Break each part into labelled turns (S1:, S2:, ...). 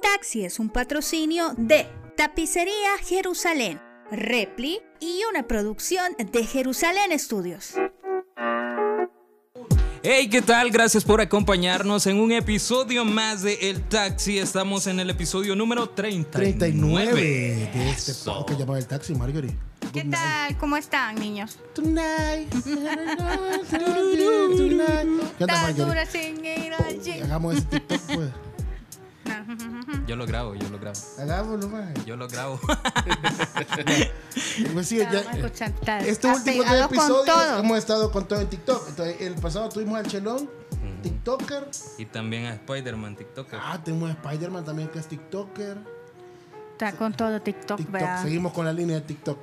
S1: Taxi es un patrocinio de Tapicería Jerusalén, Repli y una producción de Jerusalén Studios.
S2: Hey, ¿qué tal? Gracias por acompañarnos en un episodio más de El Taxi. Estamos en el episodio número 39.
S3: 39 de este
S2: Eso.
S3: podcast llamado El Taxi, Marjorie.
S4: ¿Qué
S3: Good
S4: tal? ¿Cómo están, niños?
S3: night. Tonight. Tonight. ¿Qué onda,
S4: Tan
S3: Marjorie?
S4: dura sin ir al gym.
S3: Hagamos ese TikTok, pues.
S2: Yo lo grabo, yo lo grabo.
S3: Hagámoslo, man.
S2: Yo lo grabo.
S3: Pues sí, ya-
S4: Estamos escuchando, tal.
S3: este último
S4: Apegado con
S3: episodio
S4: todo.
S3: hemos estado con todo en TikTok. Entonces, el pasado tuvimos al Chelón, TikToker.
S2: y también a Spider-Man TikTok.
S3: Ah, tenemos a Spider-Man también, que es TikToker.
S4: Está con todo TikTok,
S3: TikTok.
S4: ¿verdad?
S3: Seguimos con la línea de TikTok.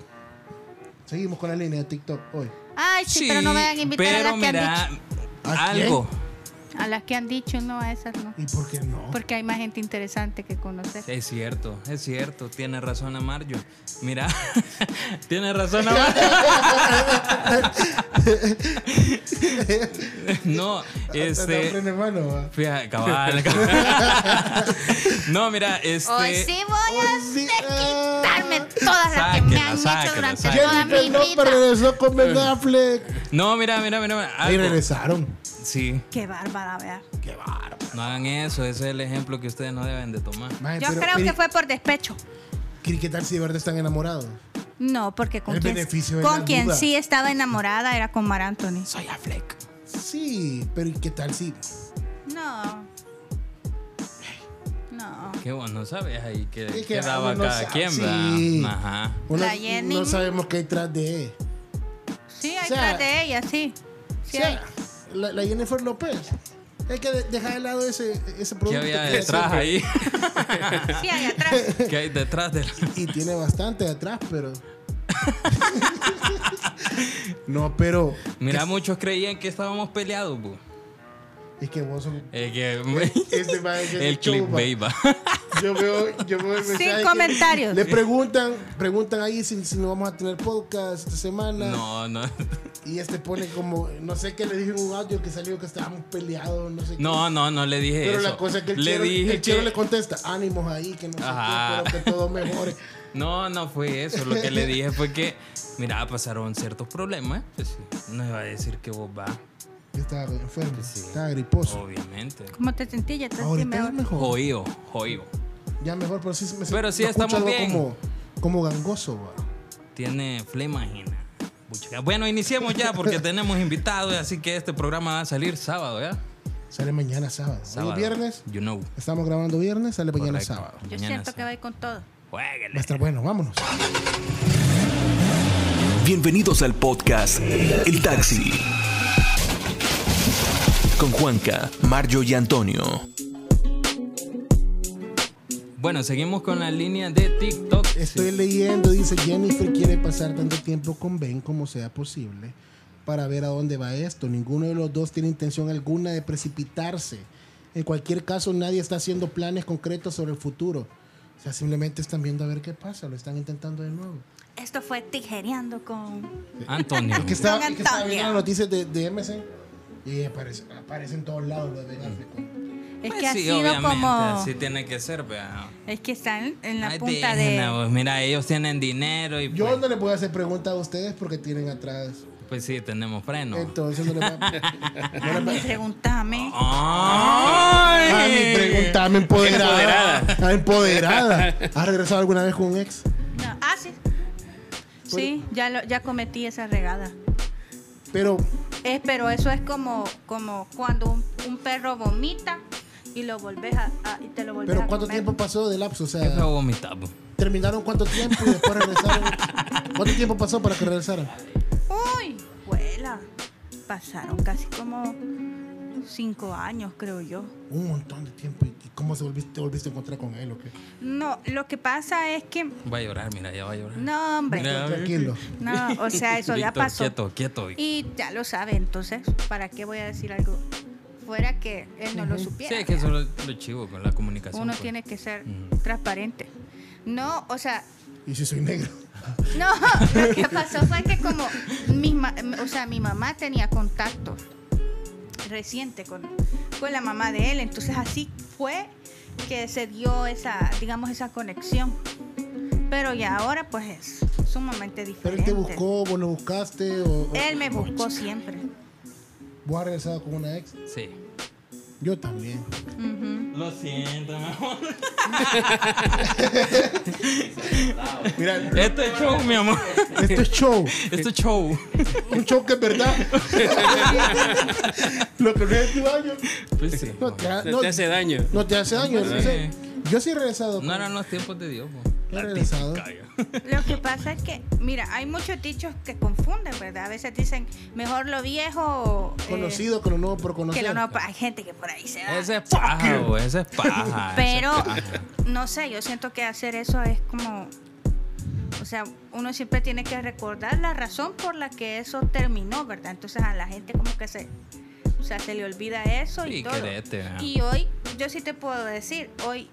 S3: Seguimos con la línea de TikTok hoy.
S4: Ay, sí, pero no me van a invitar a
S2: pero
S4: las que
S2: mira,
S4: han
S3: ¿A quién?
S2: algo.
S4: dicho. A las que han dicho, no, a esas no.
S3: ¿Y por qué no?
S4: Porque hay más gente interesante que conocer.
S2: Es cierto, es cierto, tiene razón Amarjo. Mira, tiene razón Amarjo. no, este,
S3: Este... hermano, va.
S2: Fija- cabal, cabal. No, mira, este.
S4: Hoy sí voy a
S3: Sí, ah.
S4: darme todas las que me
S2: Sáquela,
S4: han
S2: sáquela,
S4: hecho durante
S2: sáquela.
S4: toda
S3: Jennifer
S4: mi
S3: López
S4: vida.
S3: regresó con Ben Affleck.
S2: No, mira, mira, mira. mira,
S3: Y
S2: Eh, algo.
S3: regresaron.
S2: Sí,
S4: Qué bárbara, vea.
S3: Qué bárbaro.
S2: no hagan eso, ese es el ejemplo que ustedes no deben de tomar.
S3: Mae,
S4: Yo
S3: pero,
S4: creo
S3: mire,
S4: que fue por despecho.
S3: ¿qué- ¿Qué tal si de verdad están enamorados?
S4: No, porque con
S3: El
S4: quien,
S3: beneficio de
S4: con
S3: la
S4: quien
S3: duda.
S4: sí estaba enamorada era con Mar Anthony.
S2: Soy Affleck.
S3: Sí, pero ¿y qué tal si?
S4: No. No.
S2: Qué bueno, ¿sabes? Ahí que
S3: Es que
S2: quedaba
S3: uno no
S2: cada
S3: sabe.
S2: quien,
S3: Sí.
S2: ¿verdad? Ajá.
S3: Uno-
S4: La Jenny.
S3: No sabemos qué hay detrás de.
S4: Sí, hay
S3: O sea,
S4: tras de ella, sí. Sí,
S3: O sea,
S4: hay.
S3: la, la Jennifer López. Hay que de- dejar de lado ese, ese producto.
S2: ¿Qué había
S3: que
S2: detrás
S3: hace-
S2: ahí?
S4: sí hay atrás.
S2: ¿Qué hay detrás de la...
S3: Y tiene bastante detrás, pero. no, pero.
S2: Mira, muchos creían que estábamos peleados, bu.
S3: Es que vos sos-
S2: Es que...
S3: Este va a ser
S2: el clip,
S3: chupa.
S2: baby.
S3: Yo veo, yo veo el
S4: Sin
S3: mensaje que
S4: comentarios.
S3: Le preguntan, preguntan ahí si, si no vamos a tener podcast esta semana.
S2: No, no.
S3: Y este pone como, no sé qué le dije en un audio que salió que estábamos peleados, no sé qué.
S2: No, no, no le dije
S3: Pero
S2: eso.
S3: la cosa es que el
S2: le
S3: chero,
S2: dije
S3: el chero
S2: que-
S3: le contesta, ánimos ahí, que no sé
S2: Ajá.
S3: qué, pero que todo mejore.
S2: No, no fue eso. Lo que le dije fue que, mira, pasaron ciertos problemas. Pues sí, no iba a decir que vos vas,
S3: Yo estaba enfermo,
S2: Sí.
S3: estaba griposo.
S2: obviamente.
S4: ¿Cómo te sentí? Ya te sentí
S3: Ahorita
S4: Pues mejor.
S3: ya mejor.
S2: Joío, joío.
S3: Ya mejor, pero sí me
S2: Pero sí
S3: me escucho
S2: estamos
S3: algo
S2: bien.
S3: Como, como gangoso, va.
S2: Tiene flema ajena. Pucha, Bueno, iniciemos ya porque tenemos invitados, así que este programa va a salir sábado, ¿ya?
S3: Sale mañana sábado.
S2: Sábado.
S3: Hoy es viernes,
S2: You know.
S3: estamos grabando viernes, sale mañana
S2: Correcto.
S3: sábado.
S4: Yo
S2: Mañana
S4: siento
S2: sí.
S4: que voy con todo.
S2: Juéguele.
S3: Va a estar bueno, vámonos.
S5: Bienvenidos al podcast El Taxi. Con Juanca, Mario y Antonio.
S2: Bueno, seguimos con la línea de TikTok.
S3: Estoy leyendo, dice Jennifer quiere pasar tanto tiempo con Ben como sea posible para ver a dónde va esto. Ninguno de los dos tiene intención alguna de precipitarse. En cualquier caso, nadie está haciendo planes concretos sobre el futuro. O sea, simplemente están viendo a ver qué pasa, lo están intentando de nuevo.
S4: Esto fue tijereando con.
S2: Antonio.
S3: Que estaba,
S4: Don
S3: que estaba
S4: Antonio.
S3: viendo las noticias de, de MC y aparece, aparece en todos lados lo de Ben Affleck.
S4: Es
S2: Pues
S4: que ha
S2: sí,
S4: sido
S2: obviamente,
S4: como.
S2: Así tiene que ser, vea.
S4: Es que están en la
S2: Ay,
S4: punta
S2: déjenla,
S4: de. Ah,
S2: vos. Mira, ellos tienen dinero y
S3: Yo
S2: pues,
S3: no les voy a hacer preguntas a ustedes porque tienen atrás.
S2: pues sí, tenemos freno.
S3: Entonces no les voy a... no
S4: A
S3: les voy
S4: mí,
S3: a-
S4: pregúntame.
S2: ¡Ay!
S3: A Ah, mi preguntame empoderada. Ah, empoderada. ¿Has regresado alguna vez con un ex?
S4: No, Ah, sí. Sí, ya, lo, ya cometí esa regada.
S3: Pero
S4: Es, pero eso es como, como cuando un, un perro vomita y lo volvés a, a- y te lo volvés
S3: pero
S4: a
S3: ¿cuánto
S4: comer.
S3: tiempo pasó de lapso? O
S2: ¿Qué fue
S3: sea,
S2: vomitar, vos?
S3: terminaron cuánto tiempo y después regresaron. ¿Cuánto tiempo pasó para que regresaran?
S4: Uy, huela. Pasaron casi como cinco años, creo yo.
S3: Un montón de tiempo. ¿Y y cómo se volviste, te volviste a encontrar con él o qué?
S4: No, lo que pasa es que.
S2: Va a llorar, mira, ya va a llorar.
S4: No, hombre.
S2: Mira,
S3: Tranquilo.
S4: No, o sea, eso ya
S2: Víctor,
S4: pasó.
S2: Quieto, quieto. Sí,
S4: Y ya lo sabe, entonces, ¿para qué voy a decir algo fuera que él no lo supiera?
S2: es que eso es lo chivo con la comunicación.
S4: Uno
S2: pues.
S4: tiene que ser
S2: Ujú.
S4: transparente. No, o sea,
S3: Y si soy negro.
S4: no, lo que pasó fue que como mi, ma- o sea, mi mamá tenía contacto reciente con, con la mamá de él, entonces así fue que se dio esa, digamos, esa conexión. Pero ya ahora pues es sumamente
S3: Pero
S4: diferente.
S3: él te buscó, vos lo buscaste o, o-
S4: Él me buscó siempre.
S3: vos has regresado con una ex.
S2: Sí.
S3: Yo también.
S2: Lo siento, mi amor.
S3: Mira,
S2: Esto es Este show, mi amor.
S3: esto Este es show.
S2: Esto es show.
S3: Un show que es verdad. lo que no es tu daño.
S2: Pues sí.
S3: No te, ha-
S6: No
S3: no-
S6: te hace daño.
S3: no te hace daño. sí, sí. Yo sí he regresado.
S2: No
S3: con-
S2: eran los tiempos de Dios, pues. po.
S3: He regresado.
S4: Lo que pasa es que, mira, hay muchos dichos que confunden, ¿verdad? A veces dicen, mejor lo viejo eh,
S3: Conocido con lo nuevo por
S4: que
S3: conocer.
S4: lo nuevo. Hay gente que por ahí se da.
S2: Ese es paja, bo, ese es paja.
S4: Pero,
S2: ese es paja.
S4: no sé, yo siento que hacer eso es como... O sea, uno siempre tiene que recordar la razón por la que eso terminó, ¿verdad? Entonces a la gente como que se... O sea, se le olvida eso y
S2: Sí,
S4: todo.
S2: querete, ajá.
S4: y hoy, yo sí te puedo decir, hoy,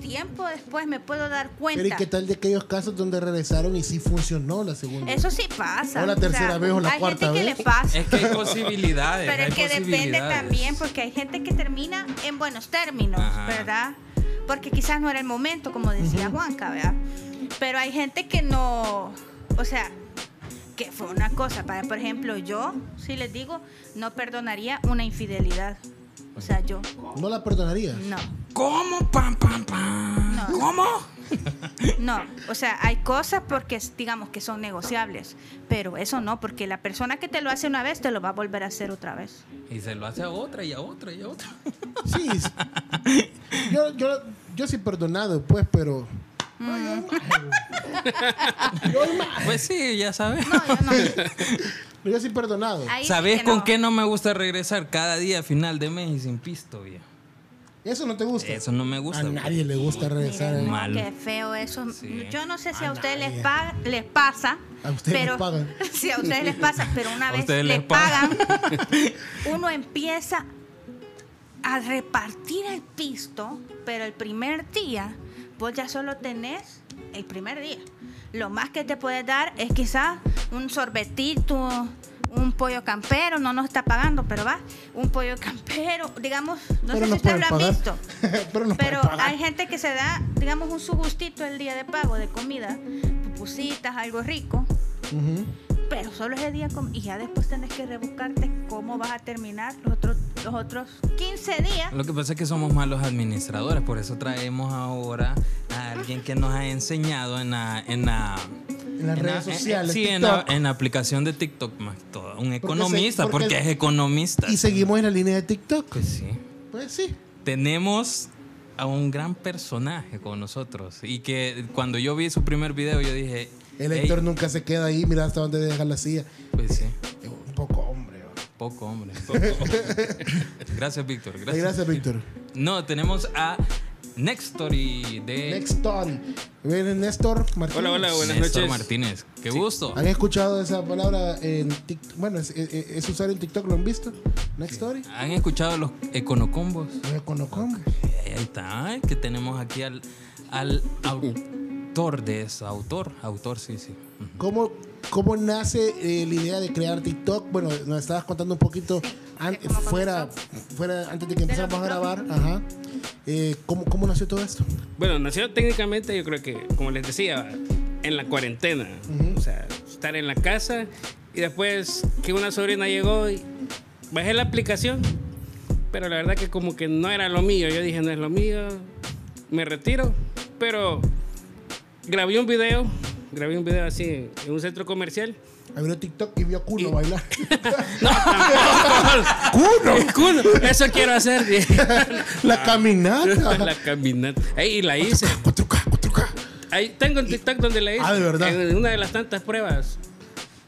S4: tiempo después me puedo dar cuenta.
S3: Pero ¿y qué tal de aquellos casos donde regresaron y sí funcionó la segunda?
S4: Eso sí pasa.
S3: O la tercera vez o la
S4: hay
S3: cuarta
S4: gente que
S3: vez.
S4: le pasa.
S2: Es que hay posibilidades.
S4: Pero
S2: hay
S4: es que depende
S2: posibilidades.
S4: también, pues. porque hay gente que termina en buenos términos,
S2: Ajá.
S4: ¿verdad? Porque quizás no era el momento, como decía Juanca, ¿verdad? Pero hay gente que no, o sea, que fue una cosa. Para, por ejemplo, yo, si les digo, no perdonaría una infidelidad. O sea, yo,
S3: ¿No la perdonarías?
S4: no,
S2: ¿Cómo? Pam, pam, pam.
S4: No.
S2: ¿Cómo?
S4: no. O sea, hay cosas porque, digamos, que son negociables, pero eso no, porque la persona que te lo hace una vez, te lo va a volver a hacer otra vez.
S2: Y se lo hace a otra y a otra y a otra.
S3: Sí. s- yo, yo, yo sí he perdonado, pues, pero. Ay, ay, yo, ima-
S2: Pues sí, ya sabes.
S4: No, yo no.
S3: yo sí he perdonado.
S4: Ahí sí
S2: ¿Sabes
S4: que
S2: con
S4: no.
S2: qué no me gusta regresar cada día a final de mes y sin pisto, viejo?
S3: Eso no te gusta.
S2: Eso no me
S3: a
S2: gusta. bo.
S3: nadie le gusta regresar.
S4: Miren,
S3: a-
S2: ma- Malo.
S4: Qué feo eso.
S2: Sí.
S4: Yo no sé si a,
S3: A
S4: ustedes les,
S3: nadie.
S4: pa- les pasa.
S3: A ustedes
S4: pero,
S3: les pagan.
S4: Sí, a ustedes les pasa, pero una
S2: A
S4: vez
S2: ustedes
S4: les,
S2: les
S4: pagan, uno empieza a repartir el pisto, pero el primer día, vos ya solo tenés el primer día. Lo más que te puedes dar es quizás un sorbetito, un pollo campero, no nos está pagando, pero va, un pollo campero, digamos, no
S3: pero
S4: sé si
S3: nos
S4: ustedes
S3: pueden
S4: lo han
S3: pagar.
S4: visto.
S3: eh. pero nos
S4: Pero
S3: pueden pagar.
S4: hay gente que se da, digamos, un su gustito el día de pago de comida, pupusitas, algo rico,
S3: Ujú.
S4: pero solo ese día com- y ya después tenés que rebuscarte cómo vas a terminar los otros, los otros 15 días.
S2: Lo que pasa es que somos malos administradores, por eso traemos ahora a alguien que nos ha enseñado en la... En la
S3: En las
S2: en la- eh,
S3: redes sociales.
S2: sí, en la,
S3: TikTok.
S2: en la aplicación de TikTok más que todo. Un
S3: Porque
S2: economista,
S3: se-
S2: porque,
S3: porque-
S2: es economista.
S3: Y seguimos en la línea de TikTok.
S2: Pues sí.
S3: Pues sí.
S2: Tenemos a un gran personaje con nosotros. Y que cuando yo vi su primer video, yo dije.
S3: El
S2: "Ey,
S3: Héctor nunca se queda ahí, mira hasta dónde deja la silla.
S2: Pues sí,
S3: Es Un poco hombre. va.
S2: poco hombre. Poco hombre. gracias, Víctor.
S3: Ay,
S2: Gracias.
S3: Gracias, Víctor.
S2: No, tenemos a Nextory de.
S3: Nextor. Ven, Néstor Martínez.
S6: Eh. Hola, hola, buenas
S2: Néstor
S6: noches.
S2: Martínez. Qué gusto.
S3: ¿Han escuchado esa palabra en TikTok? Bueno, es, es- es usuario en TikTok, ¿lo han visto? Next Story.
S2: ¿Han escuchado los econocombos?
S3: Lo conozco.
S2: Ahí está, que tenemos aquí al, al autor de eso. Autor, autor, sí, sí.
S3: ¿Cómo, cómo nace eh, la idea de crear TikTok? Bueno, nos estabas contando un poquito an-
S4: cómo comenzó.
S3: fuera, fuera, antes de que
S4: los
S3: empezáramos a grabar. Ajá. Eh, ¿cómo, ¿Cómo nació todo esto?
S6: Bueno, nació técnicamente, yo creo que, como les decía, en la cuarentena. O sea, estar en la casa y después que una sobrina llegó y bajé la aplicación, pero la verdad que como que no era lo mío. Yo dije, no es lo mío, me retiro, pero grabé un video, grabé un video así en un centro comercial.
S3: Abrió TikTok y vio a Cuno
S6: Y-
S3: bailar.
S6: ¡Culo! ¡Culo! Eso quiero hacer.
S3: la caminata.
S6: la caminata. Ahí la hice.
S3: Cuatruca, cuatruca.
S6: Ahí tengo un TikTok donde la hice.
S3: Ah, ¿de verdad?
S6: En una de las tantas pruebas.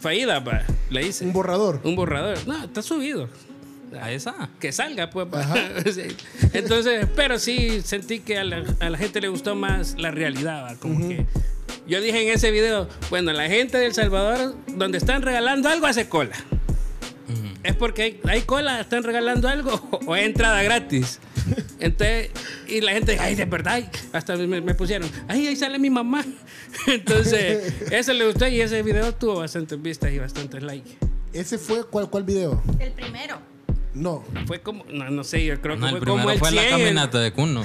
S6: Faída, pa. La hice.
S3: Un borrador.
S6: Un borrador. No, está subido.
S2: A esa.
S6: Que salga, pues. pa.
S3: Ajá.
S6: Sí. Entonces, pero sí sentí que a la, a la gente le gustó más la realidad, va, Como que. Yo dije en ese video, bueno, la gente de El Salvador, donde están regalando algo, hace cola. Es porque hay, hay cola, están regalando algo o hay entrada gratis. Entonces, y la gente, ay, de verdad, ay, hasta me, me pusieron, ay, ahí sale mi mamá. Entonces, eso le gustó y ese video tuvo bastantes vistas y bastantes likes.
S3: ¿Ese fue cuál, cuál video?
S4: El primero.
S3: No,
S6: Fue como, no, no sé, yo creo
S2: No,
S6: que
S2: el
S6: fue como
S2: primero
S6: el
S2: fue la
S6: 100.
S2: caminata de Cuno.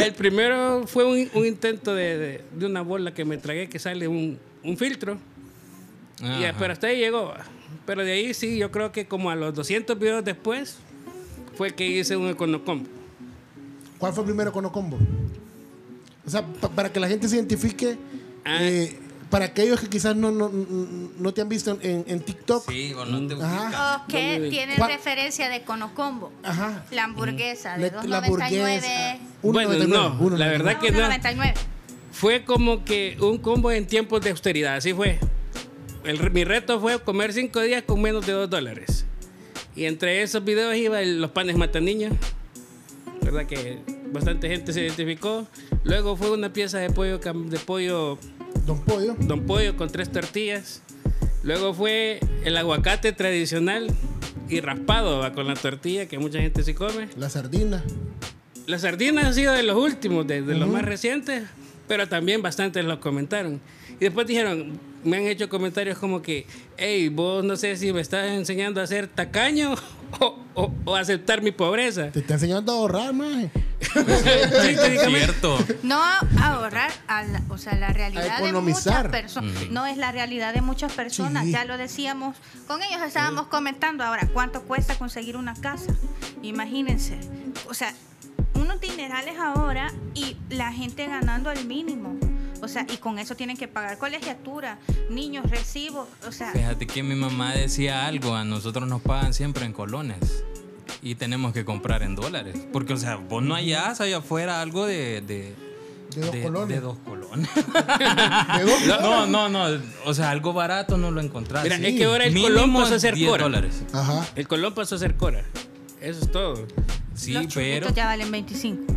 S6: El primero fue un, un intento de, de- de una bola que me tragué que sale un, un filtro. Y,
S2: Ajá.
S6: pero hasta ahí llegó. Pero de ahí sí, yo creo que como a los 200 videos después fue que hice un Econocom.
S3: ¿cuál fue el primero con Ocombo? O sea, pa- para que la gente se identifique,
S6: Ah.
S3: eh, para aquellos que quizás no, no, no te han visto en, en TikTok,
S2: Sí, o no te
S6: Ah,
S3: Ajá.
S7: O que tienen
S3: ¿Cuál?
S7: referencia de Conocombo.
S3: Ajá.
S7: La hamburguesa de
S3: Mm. la, la
S7: 2.99.
S6: Bueno,
S3: 1.99,
S6: no, la verdad
S3: 1.99.
S6: que no.
S7: 1.99.
S6: Fue como que un combo en tiempos de austeridad, así fue. El re- mi reto fue comer 5 días con menos de 2 dólares. Y entre esos videos iba el- los panes mataniños. ¿Verdad que bastante gente se identificó? Luego fue una pieza de pollo, cam- de pollo
S3: Don Pollo.
S6: Don Pollo con tres tortillas. Luego fue el aguacate tradicional y raspado va, con la tortilla que mucha gente sí come.
S3: La sardina.
S6: Las sardinas han sido de los últimos, de, de los más recientes, pero también bastantes los comentaron. Y después dijeron, me han hecho comentarios como que, hey, vos no sé si me estás enseñando a ser tacaño o, o- o aceptar mi pobreza.
S3: Te está enseñando a ahorrar, maje.
S6: Sí, técnicamente.
S2: Cierto.
S4: No a ahorrar, a la- o sea, la realidad de muchas
S3: economizar.
S4: personas. No es la realidad de muchas personas,
S3: Sí.
S4: ya lo decíamos. Con ellos estábamos comentando ahora cuánto cuesta conseguir una casa. Imagínense. O sea, unos dinerales ahora y la gente ganando al mínimo. O sea, y con eso tienen que pagar colegiatura, niños, recibos. O sea,
S2: Fíjate que mi mamá decía algo, a nosotros nos pagan siempre en colones y tenemos que comprar en dólares. Porque, o sea, vos no hallás allá afuera algo de... de
S3: De dos colones.
S2: de dos colones.
S3: De dos
S2: No, no, no. O sea, algo barato no lo encontrás.
S6: Mira, es que ahora el
S2: Mínimo
S6: colón pasó a ser
S2: 10
S6: cora.
S2: dólares.
S3: Ajá.
S6: El Colón pasó a ser Cora. Eso es todo.
S2: Sí,
S4: los
S2: pero...
S4: chupitos ya valen 25.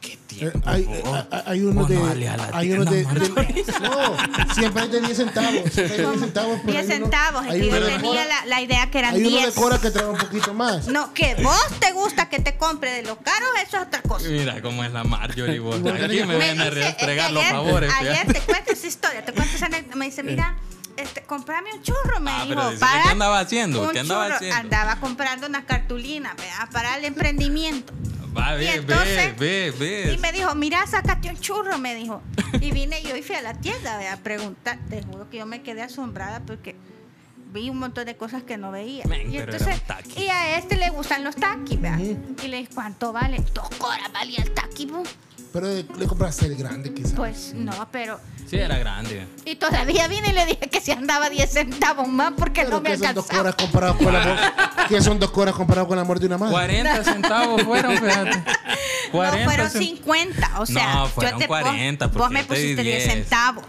S2: ¿Qué
S3: Eh,
S2: tiempo?
S3: ah. hay,
S2: po?
S3: hay- hay unos
S2: Vos
S3: de.
S2: no vale a la
S3: hay
S2: tía,
S3: unos de.
S2: no,
S3: de-
S2: hombre.
S3: no, siempre hay de 10 centavos. Siempre hay de 10 centavos. pero
S4: 10
S3: hay uno-
S4: centavos.
S3: hay
S4: es que
S3: uno
S4: yo
S3: de
S4: tenía
S3: Cora-
S4: la, la idea que eran
S3: Hay uno de
S4: 10.
S3: Cora que trae un poquito más.
S4: No,
S2: Eh.
S4: que vos te gusta que te compre de los caros, eso es otra cosa.
S2: Mira cómo es la Marjorie. vos. Aquí me
S4: Me
S2: van a
S4: dice, es
S2: entregar
S4: que
S2: los
S4: ayer,
S2: favores.
S4: Ayer
S2: fíjate.
S4: te cuento esa historia, te cuento esa anécdota. Me dice, mira, este, comprame un churro, me
S2: Ah,
S4: dijo.
S2: pero decime,
S4: para
S2: ¿qué andaba haciendo?
S4: un
S2: ¿Qué andaba
S4: churro.
S2: haciendo?
S4: Andaba comprando una cartulina vea, para el emprendimiento.
S2: Va,
S4: Y
S2: ve,
S4: entonces-
S2: ve, ve, ve.
S4: Y me dijo, mira, sácate un churro, me dijo. Y vine yo y fui a la tienda vea, a preguntar. Te juro que yo me quedé asombrada porque vi un montón de cosas que no veía.
S2: Men,
S4: y,
S2: pero era un taqui.
S4: y a este le gustan los taquis, vea. Y le dije, ¿cuánto vale? Dos coras valía el taqui, bu.
S3: Pero de- le compraste el grande, quizás.
S4: Pues no, pero
S2: Sí, era grande.
S4: Y todavía vine y le dije que si andaba 10 centavos más porque
S3: Pero
S4: no me
S3: ¿qué son dos
S4: alcanzaba.
S3: coras comparado con el amor? ¿Qué son dos coras comparado con el amor de una madre?
S2: 40 centavos fueron, fíjate.
S4: No, fueron
S2: cen-
S4: 50, o sea,
S2: No, fueron
S4: vos-
S2: 40,
S4: vos,
S2: porque
S4: me
S2: yo te di
S4: pusiste 10
S2: 10.
S4: centavos.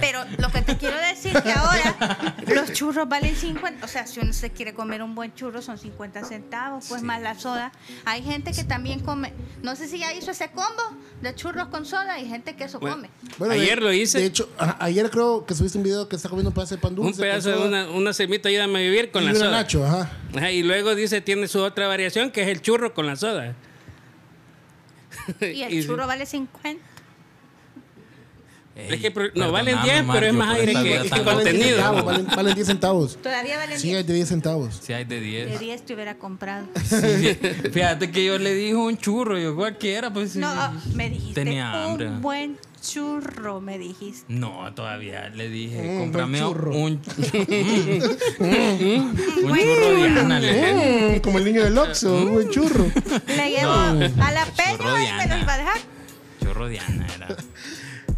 S4: Pero lo que te quiero decir que ahora los churros valen 50, o sea, si uno se quiere comer un buen churro son 50 centavos, pues más la soda. Hay gente que también come, no sé si ya hizo ese combo de churros con soda, hay gente que eso
S6: Bueno,
S4: come.
S3: Bueno, de-
S6: ayer lo hice.
S3: De hecho, a- ayer creo que subiste un video que está comiendo un pedazo de pan dulce.
S6: un pedazo
S3: con
S6: de
S3: soda
S6: una, una semita, ayúdame a vivir con
S3: y
S6: la
S3: una
S6: soda.
S3: nacho, ajá.
S6: Ajá, y luego dice, tiene su otra variación, que es el churro con la soda.
S4: Y el
S6: eh, Y-
S4: churro vale 50.
S2: Ey,
S6: Es que pro- no, valen
S2: perdóname,
S6: 10, pero
S2: Mario,
S6: es más
S2: por
S6: aire
S2: esta
S6: que-
S2: vida
S6: que
S2: tan
S3: valen 10
S6: contenido.
S2: loca.
S3: centavos, valen, valen 10 centavos.
S4: Todavía valen
S3: Sí,
S4: 10.
S3: hay de 10 centavos.
S2: Sí, hay de
S4: De
S2: 10.
S4: 10 te hubiera comprado.
S2: Sí, sí. Fíjate que yo le dije un churro, yo cualquiera, pues sí.
S4: No, ah, me dijiste
S2: Tenía hambre.
S4: un buen churro, me dijiste.
S2: No, todavía le dije,
S3: Mm,
S2: cómprame
S3: buen churro.
S2: un, un churro de Ana, le dije.
S3: Mm, como el niño del Oxxo,
S6: Mm.
S3: un buen churro.
S4: Le llevo a la
S2: Churro de
S4: peña y me lo
S2: Ana.
S4: iba a dejar.
S3: Mm.
S2: Churro de Ana era.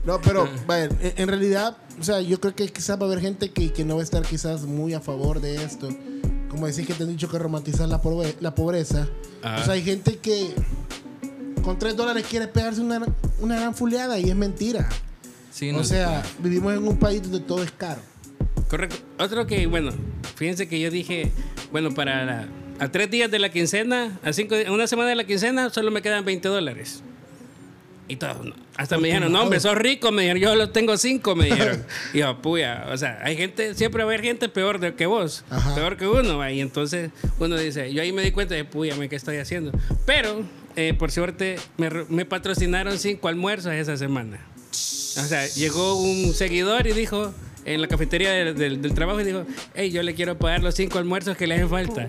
S3: No,
S2: Eh.
S3: pero vaya, en, en realidad, o sea, yo creo que quizás va a haber gente que, que no va a estar quizás muy a favor de esto. Como decís que te han dicho que romantizar la, pobre- la pobreza.
S6: Ajá.
S2: Ah.
S3: O sea, hay gente que con 3 dólares quiere pegarse una, una gran fuleada y es mentira.
S2: Sí,
S3: o
S2: no,
S3: sea, vivimos en un país donde todo es caro.
S6: Correcto. Otro que, bueno, fíjense que yo dije, bueno, para la- a tres días de la quincena, a cinco, di- a una semana de la quincena, solo me quedan 20 dólares. Y todos, no. hasta me dijeron, no, hombre, sos rico, me dijeron, yo los tengo cinco, me dijeron. y yo, puya, o sea, hay gente, siempre va a haber gente peor de- que vos,
S3: Ajá.
S6: peor que uno, va. y entonces uno dice, yo ahí me di cuenta de, puya, me, ¿qué estoy haciendo? Pero, eh, por suerte, me, re- me patrocinaron cinco almuerzos esa semana. O sea, llegó un seguidor y dijo en la cafetería del, del- del trabajo y dijo, hey, yo le quiero pagar los cinco almuerzos que le hacen falta.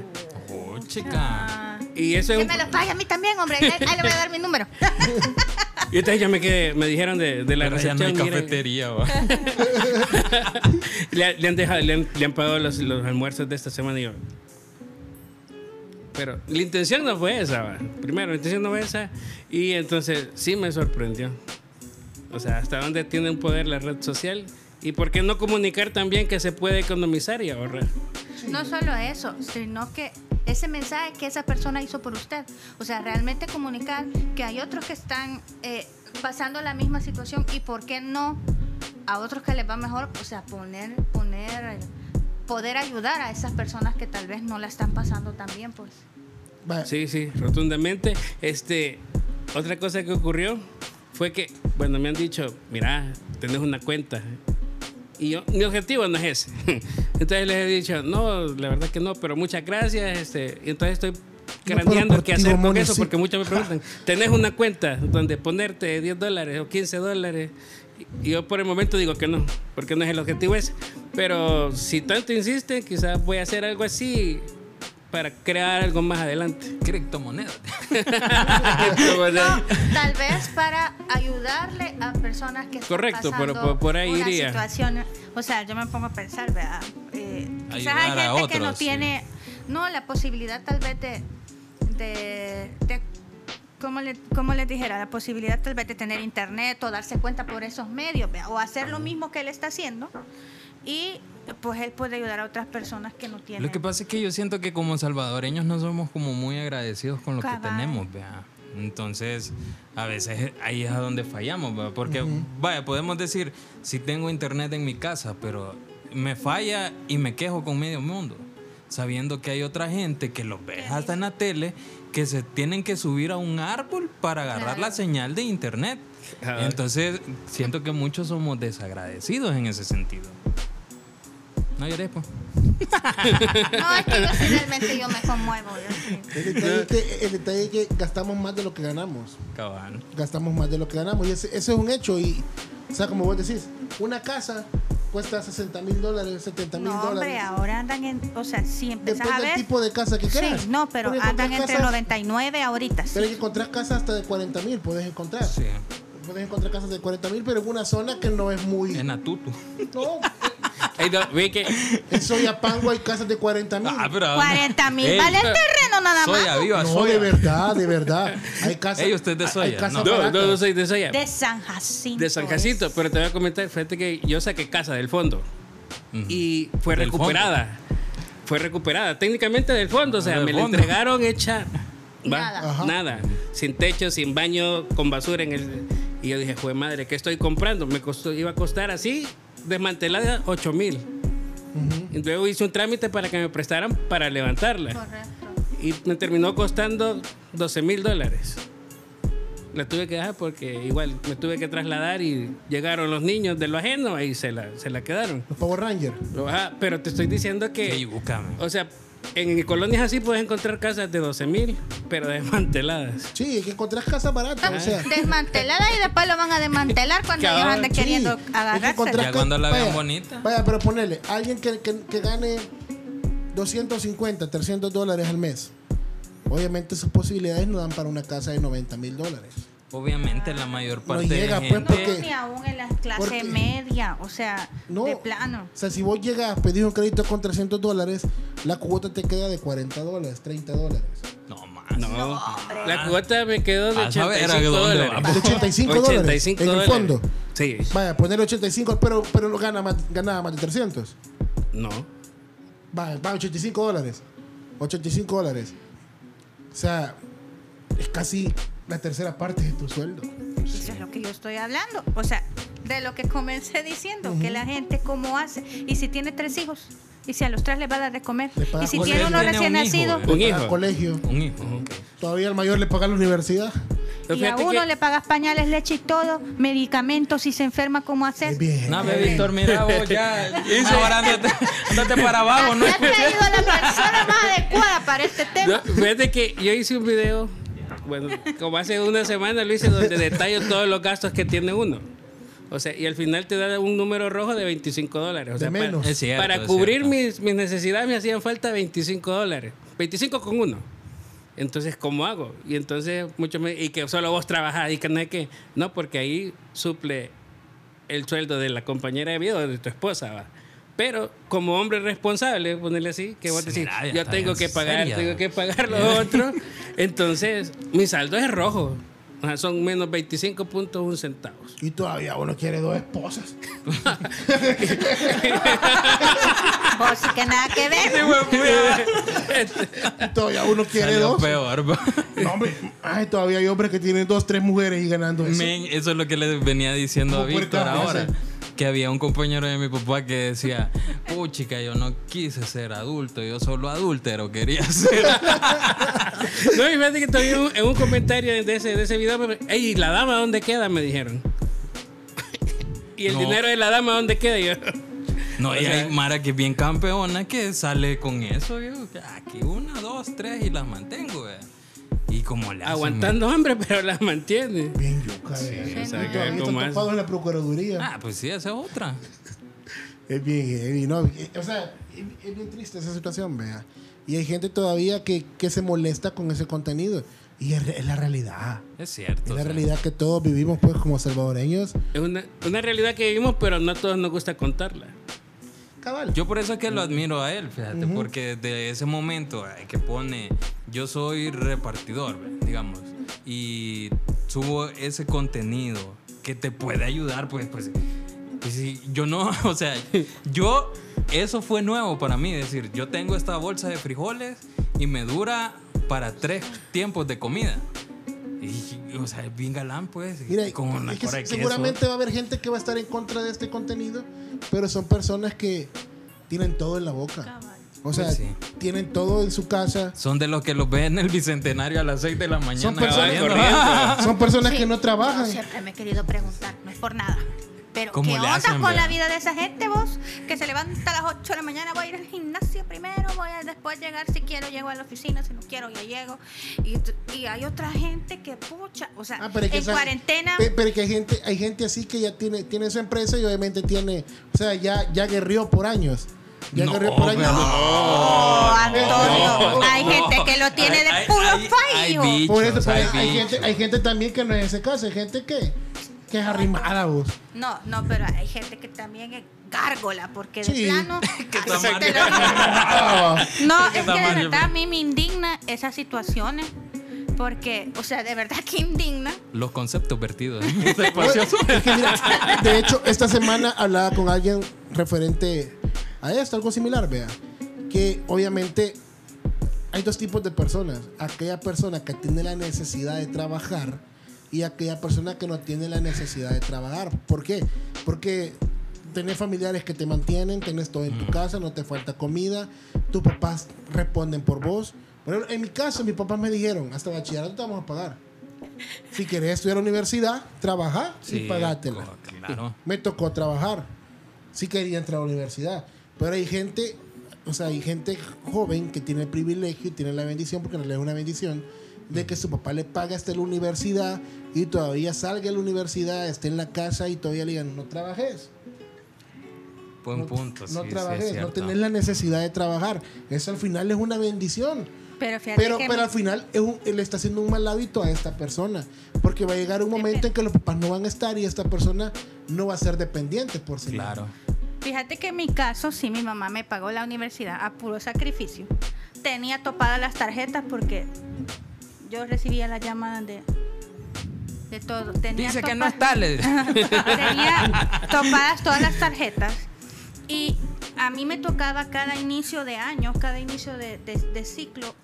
S2: chica.
S7: Ah.
S6: Y eso es
S7: Que
S6: un...
S7: me lo pague a mí también, hombre. Ahí, ahí le voy a dar mi número.
S6: Y entonces ya me quedé, me dijeron de, de la
S2: Pero ya
S6: recepción.
S2: no hay
S6: miren,
S2: cafetería, va.
S6: le, le han dejado, le han, le han pagado los, los almuerzos de esta semana y yo. Pero la intención no fue esa, va. Primero, la intención no fue esa. Y entonces sí me sorprendió. O sea, hasta dónde tiene un poder la red social. Y por qué no comunicar también que se puede economizar y ahorrar.
S7: No solo eso, sino que ese mensaje que esa persona hizo por usted. O sea, realmente comunicar que hay otros que están eh, pasando la misma situación y por qué no a otros que les va mejor. O sea, poner, poner, poder ayudar a esas personas que tal vez no la están pasando tan bien, pues.
S3: Va,
S6: Sí, sí, rotundamente. Este, otra cosa que ocurrió fue que, bueno, me han dicho, mira, tenés una cuenta. Y yo, mi objetivo no es ese. Entonces les he dicho, no, la verdad que no, pero muchas gracias. Este, y entonces estoy
S3: puedo
S6: craneando
S3: por
S6: qué
S3: ti,
S6: hacer con
S3: Ramón,
S6: eso,
S3: sí.
S6: porque muchos me preguntan, ¿tenés una cuenta donde ponerte 10 dólares o 15 dólares? Y yo por el momento digo que no, porque no es el objetivo ese. Pero si tanto insiste, quizás voy a hacer algo así para crear algo más adelante.
S2: Criptomonedas.
S7: No, tal vez para ayudarle a personas que están
S6: Correcto, pero
S7: pasando
S6: por- por ahí
S7: una
S6: iría.
S7: situación. O sea, yo me pongo a pensar, ¿verdad? Eh, quizás hay
S2: Ayudar
S7: gente
S2: a
S7: que no
S2: otros, sí.
S7: tiene, no, la posibilidad tal vez de, de, de- ¿cómo, le, cómo les dijera? La posibilidad tal vez de tener internet o darse cuenta por esos medios, ¿verdad? o hacer lo mismo que él está haciendo y pues él puede ayudar a otras personas que no tienen.
S2: Lo que pasa es que yo siento que como salvadoreños no somos como muy agradecidos con lo
S7: Cabal.
S2: que tenemos, vea. Entonces, a veces ahí es a donde fallamos, vea. Porque, vaya, podemos decir, si tengo internet en mi casa, pero me falla y me quejo con medio mundo. Sabiendo que hay otra gente que los ve hasta en la tele, que se tienen que subir a un árbol para agarrar la señal de internet.
S6: Cabal.
S2: Entonces, siento que muchos somos desagradecidos en ese sentido. No llores, pues.
S7: No, es que yo sí, realmente yo me conmuevo. yo sí.
S3: El detalle, es que, el detalle es que gastamos más de lo que ganamos.
S2: Cabal.
S3: Gastamos más de lo que ganamos. Y ese, ese es un hecho. Y, o sea, como vos decís, una casa cuesta 60 mil dólares, 70 mil
S4: No, hombre,
S3: dólares.
S4: ahora andan en. O sea, si empezás
S3: Depende
S4: a
S3: del
S4: ver.
S3: tipo de casa que quieras.
S4: Sí, no, pero
S3: Porque
S4: andan
S3: encontrás
S4: entre
S3: casas-
S4: 99 ahorita. sí.
S3: Pero hay que encontrar casas hasta de 40 mil, puedes encontrar.
S2: Sí.
S3: Puedes encontrar casas de 40 mil, pero en una zona que no es muy.
S2: En Atutu.
S3: No,
S6: Ey, no, ve que
S3: en Soyapango hay casas de 40 mil.
S2: Ah, pero-
S4: 40 mil
S2: Ey,
S4: vale el terreno nada más.
S2: Soya, viva,
S3: no,
S2: soya.
S3: de verdad, de verdad. Hay casas.
S2: Ey, usted es de
S3: hay-
S2: Soya,
S3: hay casas
S2: no.
S6: no, no,
S3: baratas.
S6: no soy de Soya,
S4: De San Jacinto.
S6: de San Jacinto,
S4: es.
S6: pero te voy a comentar, fíjate que yo saqué casa del fondo
S2: Ujú.
S6: y fue
S2: Del
S6: recuperada. Fue recuperada técnicamente del fondo, o sea,
S2: Del
S6: me la
S2: fondo.
S6: entregaron hecha va,
S7: Nada.
S3: Ajá.
S6: nada, sin techo, sin baño, con basura en el y yo dije, "Jue madre, ¿qué estoy comprando? Me costó iba a costar así desmantelada 8 mil. Y Luego hice un trámite para que me prestaran para levantarla.
S7: Correcto.
S6: y me terminó costando 12 mil dólares. La tuve que dejar porque igual me tuve que trasladar y llegaron los niños de lo ajeno y se la, se la quedaron.
S3: Los Power Rangers.
S6: Lo- ah, pero te estoy diciendo
S2: Ey,
S6: que,
S2: búscame.
S6: o sea, en colonias así puedes encontrar casas de 12 mil, pero desmanteladas.
S3: Sí, hay que encontrar casas baratas. O sea,
S7: Desmantelada y después lo van a desmantelar cuando
S6: Cabal,
S7: ellos anden
S3: Sí,
S7: queriendo
S3: hay que
S7: agarrarse.
S3: encontrar
S2: Ya
S3: que-
S2: cuando la vean bonita.
S3: Vaya, pero ponele, alguien que, que- que gane 250, 300 dólares al mes. Obviamente sus posibilidades no dan para una casa de 90 mil dólares.
S2: Obviamente la mayor
S3: No
S2: parte
S3: llega,
S2: de
S3: pues,
S2: gente...
S3: porque...
S4: Ni aún en la clase
S3: Porque-
S4: media, o sea,
S3: No.
S4: de plano.
S3: O sea, si vos llegas, pedís un crédito con 300 dólares, la cuota te queda de 40 dólares, 30 dólares.
S2: No, más.
S6: No, la
S2: Ah.
S6: cuota me quedó de
S2: A saber,
S6: 85
S2: ¿a dónde
S6: dólares.
S2: vamos?
S3: De 85 dólares,
S6: 85
S3: en el
S6: dólares.
S3: fondo.
S6: Sí,
S3: Vaya, poner 85, pero, pero no gana más, ganaba más de 300.
S6: no.
S3: Va, va, 85 dólares. 85 dólares. O sea, es casi la tercera parte de tu sueldo.
S4: Eso es lo que yo estoy hablando. O sea, de lo que comencé diciendo, que la gente cómo hace. Y si tiene tres hijos, y si a los tres les va a dar de comer,
S3: Le paga
S4: y si
S3: por-
S4: tiene
S2: Usted
S4: uno
S2: tiene
S4: recién
S2: un hijo,
S4: nacido,
S2: ¿eh?
S6: Un
S3: Al
S6: hijo.
S3: colegio.
S2: Un hijo, ok.
S3: Todavía el mayor le paga la universidad.
S6: Pero
S4: y a
S6: fíjate
S4: uno
S6: que-
S4: le pagas pañales, leche y todo, medicamentos, si se enferma, ¿cómo hacer?
S3: Es bien.
S2: No, ve, Víctor, mira vos ya. Ahora andate, andate para abajo, ¿no?
S7: Ya has traído a la persona más adecuada para este tema.
S6: No, fíjate que yo hice un video, bueno, como hace una semana lo hice, donde detallo todos los gastos que tiene uno. O sea, y al final te da un número rojo de 25 dólares. O
S3: De
S6: sea, para-
S3: menos.
S6: Para,
S2: Es cierto, es
S6: cubrir
S2: cierto.
S6: mis, mis necesidades me hacían falta 25 dólares. 25 con uno. Entonces, ¿cómo hago? Y entonces, muchos me y que solo vos trabajás y que no es que, no, porque ahí suple el sueldo de la compañera de vida o de tu esposa, va. Pero como hombre responsable, ponerle así, que vos
S2: Sí,
S6: decís,
S2: mira, ya
S6: yo
S2: está
S6: tengo
S2: bien
S6: que pagar,
S2: seria.
S6: tengo que pagar lo otro. Entonces, mi saldo es rojo. O sea, son menos 25.1 centavos.
S3: Y todavía uno quiere dos esposas.
S4: Por si que nada que ver.
S6: Este,
S3: Y todavía uno quiere
S2: Salió
S3: dos.
S2: peor. va.
S3: No, hombre. Ay, todavía hay hombres que tienen dos, tres mujeres y ganando eso.
S2: Men, eso es lo que le venía diciendo a
S3: Como
S2: Víctor
S3: puerca,
S2: ahora.
S3: ese.
S2: Que había un compañero de mi papá que decía, puchica, yo no quise ser adulto, yo solo adúltero quería ser.
S6: No, y fíjate que todavía un- en un comentario de ese, de ese video, me- ey, ¿y la dama dónde queda? Me dijeron. ¿Y el
S2: No.
S6: dinero de la dama dónde queda? Y yo,
S2: No, y
S6: O sea-
S2: hay Mara que es bien campeona que sale con eso, yo, que aquí una, dos, tres y las mantengo, vea. Y como le hacen,
S6: aguantando hambre, pero las mantiene.
S3: Bien, yuca. eh.
S6: o sea,
S3: Y
S6: que
S3: todavía están
S6: como es.
S3: topados en la Procuraduría.
S2: Ah, pues sí, esa es otra.
S3: Es bien heavy, ¿no? Eh, O sea, es es bien triste esa situación, vea. Y hay gente todavía que, que se molesta con ese contenido. Y es, re- es la realidad.
S2: Es
S3: Es
S2: cierto.
S3: la
S2: o sea,
S3: realidad que todos vivimos, pues, como salvadoreños.
S6: Es una, una realidad que vivimos, pero no a todos nos gusta contarla.
S3: Cabal.
S2: Yo por eso es que
S3: Mm.
S2: lo admiro a él, fíjate, porque desde ese momento ay, que pone, yo soy repartidor, ve, digamos, y subo ese contenido que te puede ayudar, pues, pues, pues sí, yo no, o sea, yo, eso fue nuevo para mí, decir, yo tengo esta bolsa de frijoles y me dura para tres tiempos de comida. Y, o sea, es bien galán, pues. y
S3: Mira,
S2: con una
S3: es que
S2: cora de queso.
S3: seguramente va a haber gente que va a estar en contra de este contenido, pero son personas que tienen todo en la boca. O sea,
S2: Pues sí.
S3: tienen todo en su casa.
S2: Son de los que los ven en el bicentenario a las 6 de la mañana.
S3: personas-
S2: corriendo. Ah,
S6: corriendo.
S3: Son personas
S4: Sí,
S3: que no trabajan.
S4: yo siempre me he querido preguntar, no es por nada. Pero,
S2: ¿Cómo
S4: ¿qué
S2: le
S4: onda
S2: hacen,
S4: con
S2: verdad?
S4: la vida de esa gente, vos? Que se levanta a las 8 de la mañana, voy a ir al gimnasio primero, voy a después llegar si quiero, llego a la oficina, si no quiero, ya llego. Y, t- y hay otra gente que, pucha, o sea,
S3: Ah, pero es que
S4: en
S3: esa-
S4: cuarentena,
S3: pe- Pero que hay gente, hay gente así que ya tiene, tiene su empresa y obviamente tiene, o sea, ya, ya guerrió por años. Ya
S2: No,
S3: guerrió por años.
S4: oh, Antonio,
S3: Oh, no,
S4: hay gente que lo tiene de puro fallo.
S2: Hay bichos,
S3: Por eso, pero
S2: hay
S3: hay,
S2: bichos.
S3: gente, hay gente también que no es ese caso, hay gente que, que es arrimada vos.
S4: No, no, pero hay gente que también es gárgola, porque de
S3: Sí.
S4: plano... así
S2: está mal.
S4: te lo-
S3: Ah,
S4: No,
S2: Ese
S4: es que de
S2: tamaño,
S4: verdad
S2: pero-
S4: a mí me indigna esas situaciones. Porque, o sea, de verdad que indigna.
S2: Los conceptos vertidos. ¿eh? Es espacioso.
S3: es que mira, de hecho, esta semana hablaba con alguien referente a esto, algo similar, vea. Que obviamente hay dos tipos de personas. Aquella persona que tiene la necesidad de trabajar y aquella persona que no tiene la necesidad de trabajar. ¿Por qué? Porque tenés familiares que te mantienen, tenés todo en tu casa, no te falta comida, tus papás responden por vos. Pero en mi caso, mis papás me dijeron, hasta bachillerato te vamos a pagar. Si querés estudiar a la universidad, trabaja y pagátela.
S2: co- Claro.
S3: Me tocó trabajar. Sí quería entrar a la universidad. Pero hay gente, o sea, hay gente joven que tiene el privilegio y tiene la bendición, porque en realidad es una bendición, de que su papá le pague hasta la universidad y todavía salga a la universidad, esté en la casa y todavía le digan, no trabajes.
S2: Buen punto.
S3: no
S2: sí, sí,
S3: trabajes,
S2: es
S3: no
S2: cierto.
S3: tenés la necesidad de trabajar. Eso al final es una bendición.
S4: Pero fíjate
S3: Pero,
S4: que
S3: pero al final es un- le está haciendo un mal hábito a esta persona. Porque va a llegar un momento en que los papás no van a estar y esta persona no va a ser dependiente por sí misma.
S2: Claro.
S4: fíjate que en mi caso, sí, mi mamá me pagó la universidad a puro sacrificio. Tenía topadas las tarjetas porque yo recibía las llamadas de, de todo. Tenía
S2: Dice que no
S4: topadas-
S2: está. le-
S4: tenía topadas todas las tarjetas y a mí me tocaba cada inicio de año, cada inicio de, de- de ciclo,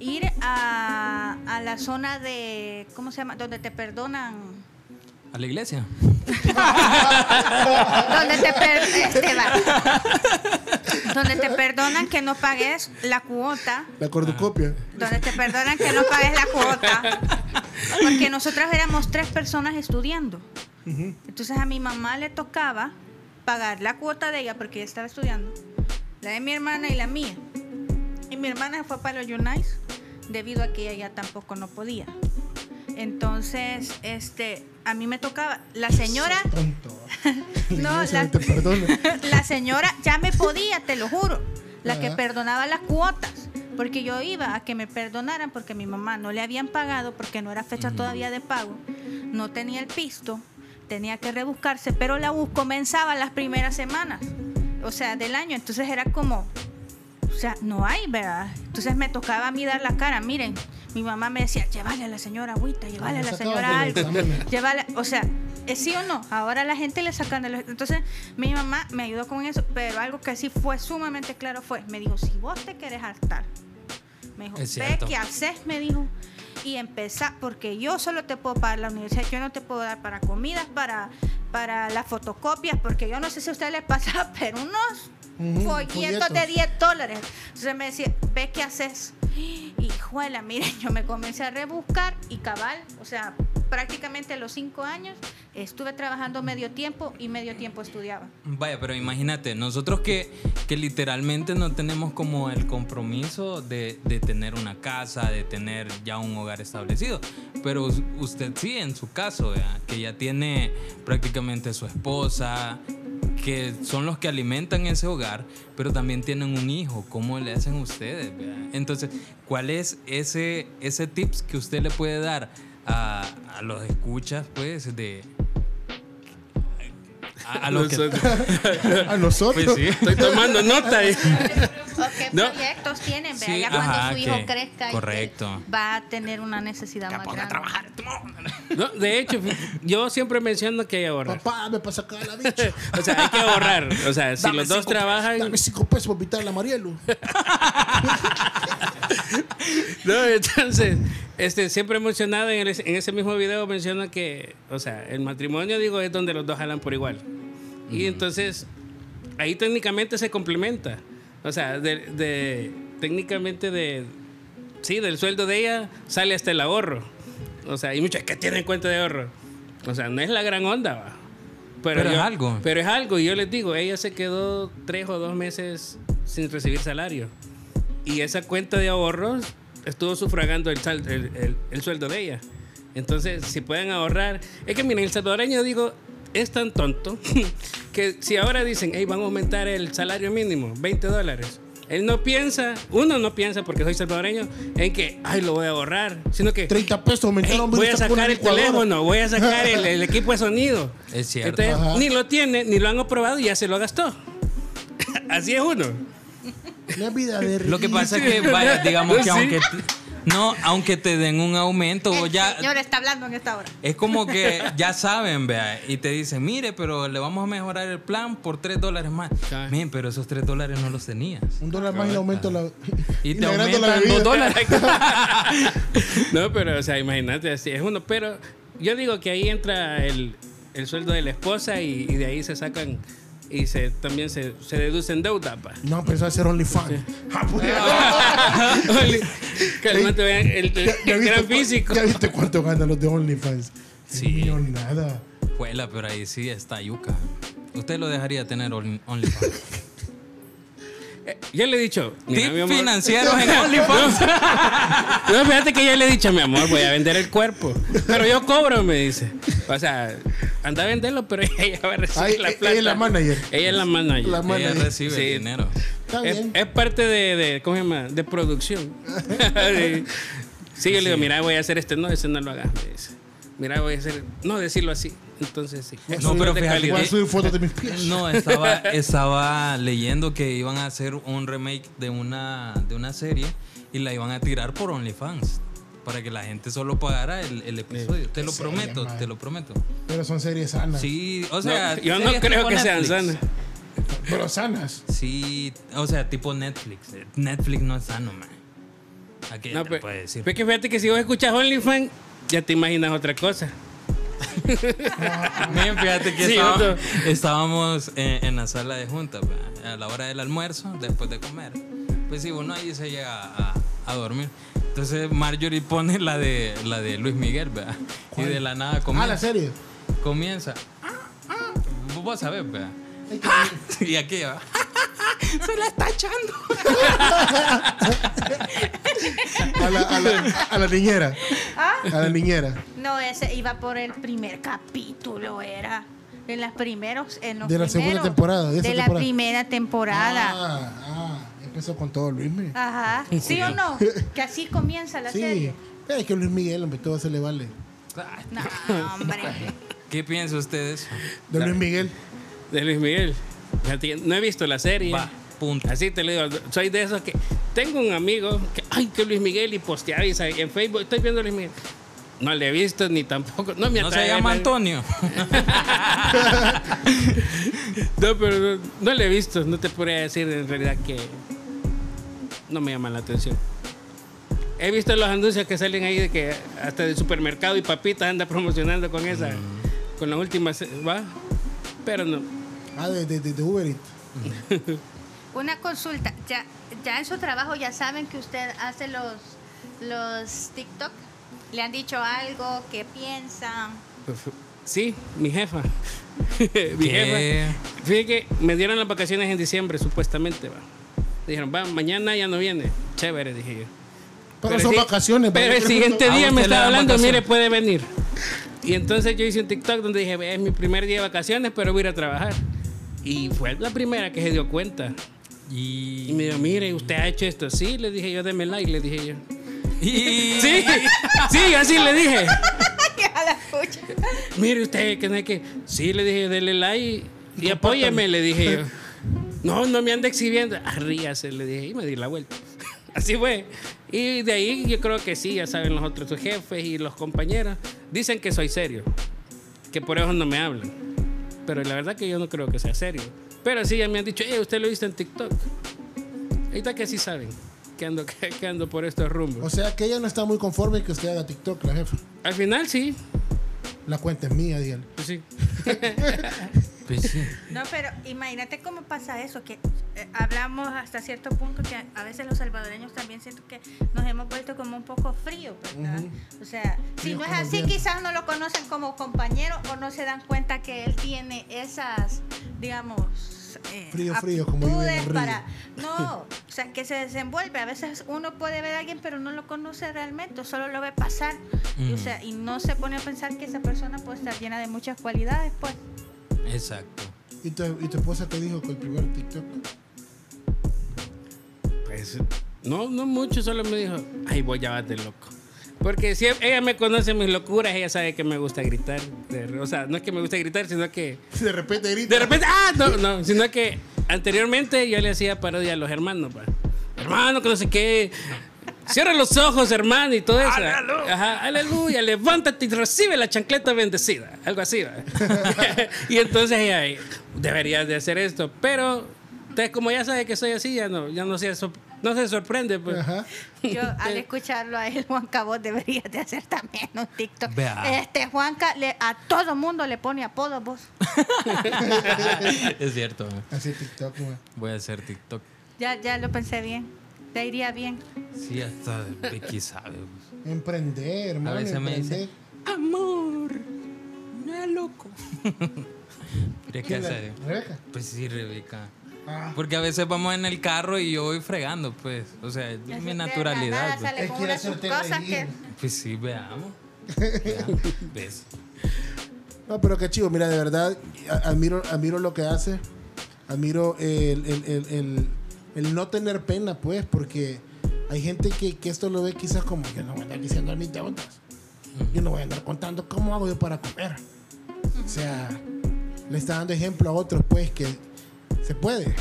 S4: ir a, a la zona de, ¿cómo se llama? Donde te perdonan.
S2: A la iglesia.
S4: Donde te, per- este, va. donde te perdonan que no pagues la cuota.
S3: La cordocopia.
S4: Donde te perdonan que no pagues la cuota. Porque nosotras éramos tres personas estudiando. Entonces a mi mamá le tocaba pagar la cuota de ella porque ella estaba estudiando, la de mi hermana y la mía. Y mi hermana fue para los Unice debido a que ella ya tampoco no podía. Entonces, este, a mí me tocaba la señora,
S3: Tonto.
S4: no,
S3: Iglesia,
S4: la,
S3: te perdono.
S4: la señora ya me podía, te lo juro, la que
S3: Ajá.
S4: perdonaba las cuotas. Porque yo iba a que me perdonaran porque mi mamá no le habían pagado, porque no era fecha todavía de pago, no tenía el pisto, tenía que rebuscarse, pero la bus comenzaba las primeras semanas, o sea, del año. Entonces era como, o sea, no hay, ¿verdad? Entonces me tocaba a mí dar la cara, miren. Mi mamá me decía, llévale a la señora agüita, llévale a la
S3: Sacaba
S4: señora
S3: de los
S4: algo.
S3: exámenes.
S4: Llévala, o sea, ¿es sí o no? Ahora la gente le sacan de los... Entonces, mi mamá me ayudó con eso, pero algo que sí fue sumamente claro fue, me dijo, si vos te querés hartar, me dijo,
S2: Es
S4: ve
S2: cierto.
S4: qué haces, me dijo, y empezá, porque yo solo te puedo pagar la universidad, yo no te puedo dar para comidas, para, para las fotocopias, porque yo no sé si a ustedes les pasa, pero unos
S3: Ujú,
S4: folletos de
S3: folletos.
S4: 10 dólares. Entonces me decía, ve qué haces. Hijuela, miren, yo me comencé a rebuscar y cabal, o sea, prácticamente a los cinco años estuve trabajando medio tiempo y medio tiempo estudiaba.
S2: Vaya, pero imagínate, nosotros que, que literalmente no tenemos como el compromiso de, de tener una casa, de tener ya un hogar establecido, pero us- usted sí, en su caso, ¿verdad? que ya tiene prácticamente su esposa, que son los que alimentan ese hogar, pero también tienen un hijo, ¿cómo le hacen ustedes? verdad? Entonces, ¿cuál es ese, ese tips que usted le puede dar a, a los escuchas, pues, de... A, a los que-
S3: A nosotros.
S2: pues sí.
S6: Estoy tomando nota. ahí.
S4: ¿O ¿Qué
S6: No.
S4: proyectos tienen? vea?
S2: Sí,
S4: ya
S2: ajá,
S4: cuando
S7: cuando su hijo
S2: que-
S7: crezca y
S2: correcto.
S7: que va a tener una necesidad más grande.
S6: No, de hecho, yo siempre menciono que hay que ahorrar.
S3: Papá, me pasa acá la bicha.
S6: O sea, hay que ahorrar. O sea, si
S3: Dame
S6: los dos
S3: cinco pesos,
S6: trabajan.
S3: Dame cinco pesos por invitar a la Marielu.
S6: No, entonces, este, siempre he mencionado en, el- en ese mismo video, menciona que, o sea, el matrimonio, digo, es donde los dos jalan por igual. Y entonces, ahí técnicamente se complementa. O sea, de, de- técnicamente de, sí, del sueldo de ella sale hasta el ahorro. O sea, hay muchas que tienen cuenta de ahorro. O sea, no es la gran onda, va.
S2: Pero es algo.
S6: Pero es algo. Y yo les digo, ella se quedó tres o dos meses sin recibir salario. Y esa cuenta de ahorros estuvo sufragando el, sal- el- el- el sueldo de ella. Entonces, si pueden ahorrar. Es que miren, el salvadoreño, digo, es tan tonto que si ahora dicen, hey, van a aumentar el salario mínimo, 20 dólares. Él no piensa, uno no piensa porque soy salvadoreño, en que, ay, lo voy a ahorrar, sino que.
S3: 30 pesos aumentaron.
S6: "Ey,
S3: hombre,
S6: voy a
S3: esta pura
S6: sacar el
S3: licuadora.
S6: teléfono, voy a sacar el, el equipo de sonido.
S2: Es cierto.
S6: Entonces,
S3: Ajá.
S6: ni lo tiene, ni lo han aprobado y ya se lo gastó. Así es uno.
S3: La vida de
S2: Lo que
S3: rico.
S2: pasa es que, vaya, digamos que
S6: Sí.
S2: aunque t- no, aunque te den un aumento, vos
S4: El
S2: ya
S4: señor está hablando en esta hora.
S2: es como que ya saben, vea, y te dicen, mire, pero le vamos a mejorar el plan por 3 dólares más.
S6: Claro.
S2: Miren, pero esos 3 dólares no los tenías.
S3: Un dólar más y le aumento la.
S2: Y te
S3: le agrando
S2: aumentan
S3: bebida.
S2: dos dólares.
S6: no, pero, o sea, imagínate, así es uno. Pero yo digo que ahí entra el, el sueldo de la esposa y, y de ahí se sacan y se también se, se deducen deuda. pa.
S3: No, empezó a hacer OnlyFans. Ah, pues.
S6: Oli, Calmate, vean el, el-
S3: Ya- ya
S6: el
S3: viste
S6: gran
S3: cu-
S6: físico.
S3: ¿Ya viste cuánto ganan los de OnlyFans?
S2: Sí.
S3: No, nada.
S2: Juela, pero ahí sí está yuca. Usted lo dejaría tener on- OnlyFans.
S6: Eh, Yo le he dicho, mira, mi
S2: Tips
S6: amor.
S2: financieros en OnlyFans.
S6: No, fíjate que yo le he dicho, mi amor, voy a vender el cuerpo. Pero yo cobro, me dice. O sea, anda a venderlo, pero ella va a recibir
S3: Ay,
S6: la
S3: eh,
S6: plata.
S3: ella es la manager.
S6: Ella es la manager.
S3: La man-
S2: Ella recibe
S6: Sí.
S2: el dinero.
S3: Está
S6: es,
S3: bien.
S6: es parte de, de- ¿cómo se llama? De producción. De- sí, yo le digo, mira, voy a hacer este, no, ese no lo hagas, me dice. Mira, voy a hacer, no, decirlo así. Entonces sí.
S3: Voy a
S2: No,
S3: subir-
S2: pero
S6: de
S2: fíjate,
S6: calidad.
S3: Voy a subir fotos de mis pies.
S2: No, estaba, estaba leyendo que iban a hacer un remake de una, de una serie y la iban a tirar por OnlyFans. Para que la gente solo pagara el, el episodio. Te lo
S3: Sí,
S2: prometo,
S3: madre. Ah.
S2: te lo prometo.
S3: Pero son series sanas.
S2: Sí, o
S6: No,
S2: sea.
S6: yo no
S2: series
S6: creo
S2: tipo
S6: que sean
S2: Netflix.
S6: sanas.
S3: Pero sanas.
S2: Sí, o sea, tipo Netflix. Netflix no es sano, man. ¿A qué
S6: No,
S2: te
S6: pero-
S2: puedes decir?
S6: pero es que fíjate que si vos escuchas OnlyFans, ya te imaginas otra cosa.
S2: Miren, fíjate que
S6: Sí,
S2: estaba-
S6: otro.
S2: estábamos en, en la sala de juntas pa, a la hora del almuerzo, después de comer. Pues sí, uno ahí se llega a, a dormir. Entonces Marjorie pone la de, la de Luis Miguel, ¿verdad? Y de la nada
S3: Ah, la
S2: comienza.
S3: serie.
S2: comienza. Vos- Vos sabés, ¿verdad?
S3: Hay que-
S2: Y aquí va. Se la está echando.
S3: A la, a la- a la niñera.
S4: Ah.
S3: A la niñera.
S4: No, ese iba por el primer capítulo, era. En las primeros, en los
S3: De la segunda
S4: primeros.
S3: temporada, de
S4: De,
S3: esa
S4: la
S3: temporada.
S4: primera temporada.
S3: Ah, ah, empezó con todo Luis Miguel.
S4: Ajá. ¿Sí o no? Que así comienza Ah, la
S3: sí,
S4: serie.
S3: es que Luis Miguel, hombre, todo se le vale.
S2: Ah,
S4: No, hombre.
S2: ¿Qué piensan ustedes?
S3: De Luis Miguel.
S6: De Luis Miguel. Fíjate que No he visto la serie.
S2: Va, punto.
S6: Así te lo digo. Soy de esos que. Tengo un amigo que. Ay, que Luis Miguel y posteaba y sabe- en Facebook. Estoy viendo a Luis Miguel. No le he visto ni tampoco. No me
S2: No se
S6: atrae,
S2: llama
S6: no-
S2: Antonio.
S6: No, pero no, no le he visto. No te podría decir en realidad que. No me llama la atención. He visto los anuncios que salen ahí de que hasta de supermercado y papitas anda promocionando con esa. Con las últimas. ¿Va? Pero no.
S3: Ah, de, de, de- de Uber Eats.
S7: Una consulta. Ya, ya en su trabajo ya saben que usted hace los, los TikTok. ¿Le han dicho algo? ¿Qué piensan?
S6: Sí, mi jefa. mi
S2: ¿Qué?
S6: jefa. Fíjate que me dieron las vacaciones en diciembre, supuestamente, va. Dijeron, va, mañana ya no viene. Chévere, dije yo.
S3: Pero,
S6: el
S3: son
S6: si-
S3: vacaciones.
S6: Pero
S3: ¿para
S6: el
S3: qué le
S6: siguiente
S2: ¿A
S6: día
S2: usted
S6: me
S2: le
S6: estaba
S2: dan
S6: hablando, mire,
S2: vacaciones?
S6: puede venir. Y entonces yo hice un TikTok donde dije, es mi primer día de vacaciones, pero voy a ir a trabajar. Y fue la primera que se dio cuenta. Y me
S2: Y.
S6: dijo, mire, usted ha hecho esto. Sí, le dije yo, deme like, le dije yo.
S2: y-
S6: Sí, sí, así le dije. Mire usted, que no hay que. Sí, le dije, dele like y apóyeme, le dije yo. No, no me anda exhibiendo. Arríase, le dije, y me di la vuelta. Así fue. Y de ahí yo creo que sí, ya saben los otros sus jefes y los compañeros. Dicen que soy serio, que por eso no me hablan. Pero la verdad que yo no creo que sea serio. Pero sí, ya me han dicho, eh, usted lo viste en TikTok. Ahorita que sí saben que ando, que ando por estos rumbos.
S3: O sea que ella no está muy conforme que usted haga TikTok, la jefa.
S6: Al final sí.
S3: La cuenta es mía, dígale.
S6: Pues sí.
S2: Pues sí.
S4: No, pero imagínate cómo pasa eso, que eh, hablamos hasta cierto punto que a veces los salvadoreños también siento que nos hemos vuelto como un poco fríos, ¿verdad? O sea,
S7: Si
S3: Frío
S7: no es
S3: como el
S7: así,
S3: viento.
S7: quizás no lo conocen como compañero o no se dan cuenta que él tiene esas, digamos, eh,
S3: Frío, frío, como dicen en
S7: aptitudes
S3: Río.
S7: para... No, o sea, que se desenvuelve. A veces uno puede ver a alguien, pero no lo conoce realmente, o solo lo ve pasar. Y, o
S2: Mm.
S7: sea, y no se pone a pensar que esa persona puede estar llena de muchas cualidades, pues.
S2: Exacto.
S3: ¿Y tu, y tu esposa te dijo que el primer TikTok.
S6: Pues, no, no mucho, solo me dijo, ay, vos ya vas de loco. Porque si ella me conoce mis locuras, ella sabe que me gusta gritar. De- O sea, no es que me gusta gritar, sino que...
S3: De repente grita.
S6: De repente, ah, no, no, sino que anteriormente yo le hacía parodia a los hermanos, pa. Hermano, que no sé qué. Cierra los ojos, hermano, y todo eso. Ajá, aleluya, levántate y recibe la chancleta bendecida. Algo así, va. y entonces ella, "Ay, deberías de hacer esto. Pero, entonces, como ya sabe que soy así, ya no, ya no se, sor- no se sorprende, pues.
S3: Ajá.
S7: Yo al escucharlo a él, Juanca, vos deberías de hacer también un TikTok.
S2: Vea.
S7: Este Juanca le, a todo mundo le pone apodo vos.
S2: es cierto. man.
S3: Así TikTok, güey.
S2: Voy a hacer TikTok.
S7: Ya, ya lo pensé bien. Te iría bien.
S2: Sí, hasta Vicky sabe. pues.
S3: Emprender, hermano.
S2: A veces me
S3: emprender.
S2: dice, amor, no es loco. ¿De qué
S3: ¿Quién la-
S2: serio?
S3: Rebeca.
S2: Pues sí, Rebeca.
S3: Ah.
S2: Porque a veces vamos en el carro y yo voy fregando, pues. O sea, es
S7: Así que
S2: mi
S7: de la
S2: naturalidad.
S7: nada
S2: pues.
S7: sale
S3: Él
S7: con
S3: quiere
S7: una de sus
S3: hacerte
S7: cosas
S3: reír.
S7: que
S2: Pues sí, veamos. Veamos. ¿Ves?
S3: No, pero qué chido, mira, de verdad, a- admiro, admiro lo que hace, admiro el, el- el- el- el no tener pena, pues, porque hay gente que, que esto lo ve quizás como, yo no voy a andar diciendo mis deudas, yo no voy a andar contando cómo hago yo para comer. O sea, le está dando ejemplo a otros, pues, que se puede.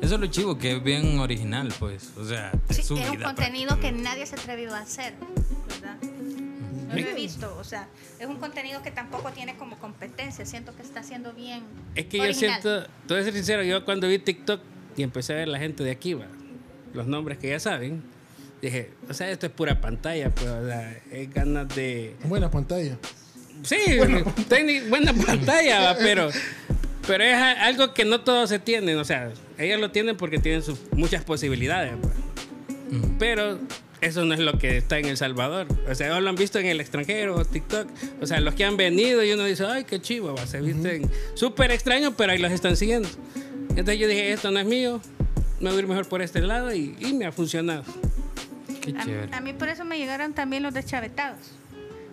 S2: Eso es lo chivo, que es bien original, pues. O sea,
S7: Sí,
S2: su
S7: es un
S2: vida pues.
S7: contenido que
S2: prácticamente.
S7: nadie se ha atrevido a hacer, ¿verdad? No lo he visto, o sea, es un contenido que tampoco tiene como competencia, siento que está haciendo bien.
S6: Es que yo
S7: original.
S6: siento, te voy a ser sincero, yo cuando vi TikTok y empecé a ver la gente de aquí, va, los nombres que ya saben, dije, o sea, esto es pura pantalla, pues, o sea, es ganas de.
S3: Buena pantalla.
S6: Sí, técnic- buena pantalla, va, pero, pero es a- algo que no todos se tienen, o sea, ellos lo tienen porque tienen sus, muchas posibilidades, pues. pero eso no es lo que está en El Salvador. O sea, ellos lo han visto en el extranjero, TikTok. O sea, los que han venido y uno dice, ay, qué chivo, va, se visten súper extraños, pero ahí los están siguiendo. Entonces yo dije, esto no es mío, me voy a ir mejor por este lado y, y me ha funcionado.
S2: Qué
S7: A,
S2: chévere.
S7: a mí por eso me llegaron también los deschavetados,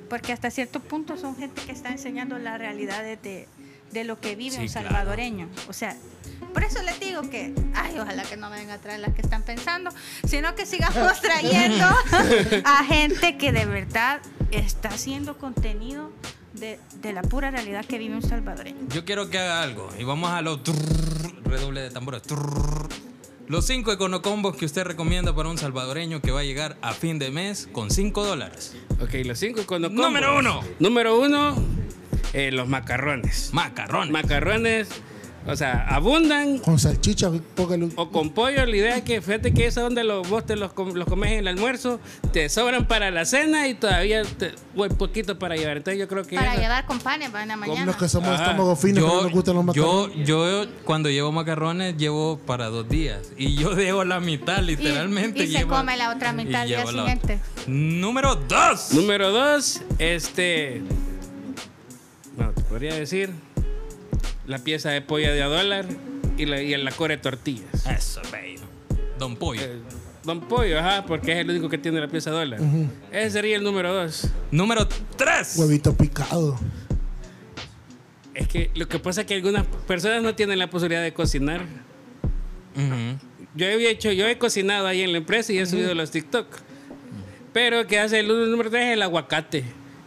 S7: porque hasta cierto punto son gente que está enseñando las realidades de, de lo que vive
S2: Sí,
S7: un
S2: claro.
S7: salvadoreño. O sea, Por eso les digo que, ay, ojalá que no me vengan a traer las que están pensando, sino que sigamos trayendo
S4: a gente que de verdad está haciendo contenido de, de la pura realidad que vive un salvadoreño.
S2: Yo quiero que haga algo. Y vamos a los trrr, redoble de tambores. trrr. Los cinco econocombos que usted recomienda para un salvadoreño que va a llegar a fin de mes con 5 dólares.
S6: Ok, los cinco cuando
S2: Número uno.
S6: Número uno, eh, los macarrones.
S2: Macarrones.
S6: Macarrones, o sea, abundan
S3: Con salchicha, póngale un-
S6: o con pollo. La idea es que fíjate que esa donde los, vos te los, com- los comes en el almuerzo, te sobran para la cena y todavía te, o un poquito para llevar. Entonces yo creo que.
S7: para
S6: esa-
S7: llevar con panes para la mañana.
S3: Los que somos
S6: Ajá.
S3: estómagos finos, que no nos gustan los
S2: yo,
S3: macarrones.
S2: yo cuando llevo macarrones llevo para dos días y yo dejo la mitad literalmente.
S7: y se
S2: llevo-
S7: come la otra mitad al día
S2: llevo la
S7: siguiente.
S2: otra. Número dos.
S6: Número dos, este. Bueno, te podría decir la pieza de pollo de a dólar y la, y la core de tortillas.
S2: Eso, bello. Don Pollo.
S6: Eh, Don Pollo, ajá, porque es el único que tiene la pieza de dólar. Ese sería el número dos.
S2: Número tres.
S3: Huevito picado.
S6: Es que lo que pasa es que algunas personas no tienen la posibilidad de cocinar.
S2: Ujú.
S6: Yo he hecho, yo he cocinado ahí en la empresa y he subido los TikTok. Pero que hace el número tres el aguacate.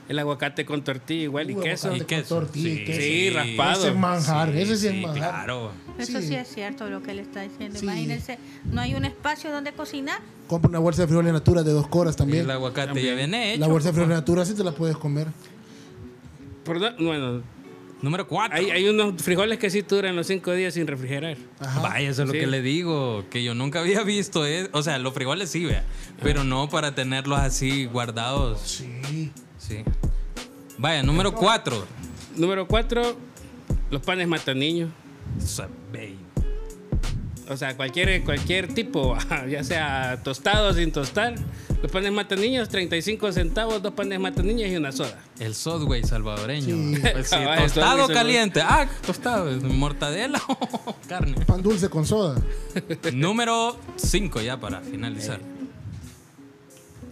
S6: El aguacate con tortilla igual y
S3: Huevo,
S6: queso.
S2: y
S3: aguacate con
S2: queso.
S3: tortilla y
S2: Sí,
S3: queso.
S6: Sí, raspado.
S3: Ese es manjar, ese sí es manjar.
S2: Claro.
S4: Eso sí.
S3: Sí.
S4: es cierto lo que le está diciendo.
S3: Sí.
S4: Imagínense, no hay un espacio donde cocinar.
S3: Compra una bolsa de frijoles natura de dos coras
S2: Y
S3: también.
S2: el aguacate ya viene hecho.
S3: La bolsa de frijoles natura sí te la puedes comer.
S6: Por lo- bueno,
S2: Número cuatro.
S6: hay, hay unos frijoles que sí duran los cinco días sin refrigerar.
S3: Ajá.
S2: Vaya, eso es
S6: Sí.
S2: lo que le digo, que yo nunca había visto. es- o sea, los frijoles sí, vea, pero no para tenerlos así guardados.
S3: Sí.
S2: Sí. Vaya, número cuatro.
S6: Número cuatro, los panes mataniños.
S2: Eso es bello.
S6: O sea, cualquier, cualquier tipo, ya sea tostado o sin tostar. Los panes mataniños, 35 centavos, dos panes mataniños y una soda.
S2: El Subway salvadoreño.
S3: Sí.
S2: Pues sí,
S6: Cabal, el
S2: tostado
S6: Subway
S2: caliente. Ah, tostado. Mortadela o carne.
S3: Pan dulce con soda.
S2: número cinco ya para finalizar.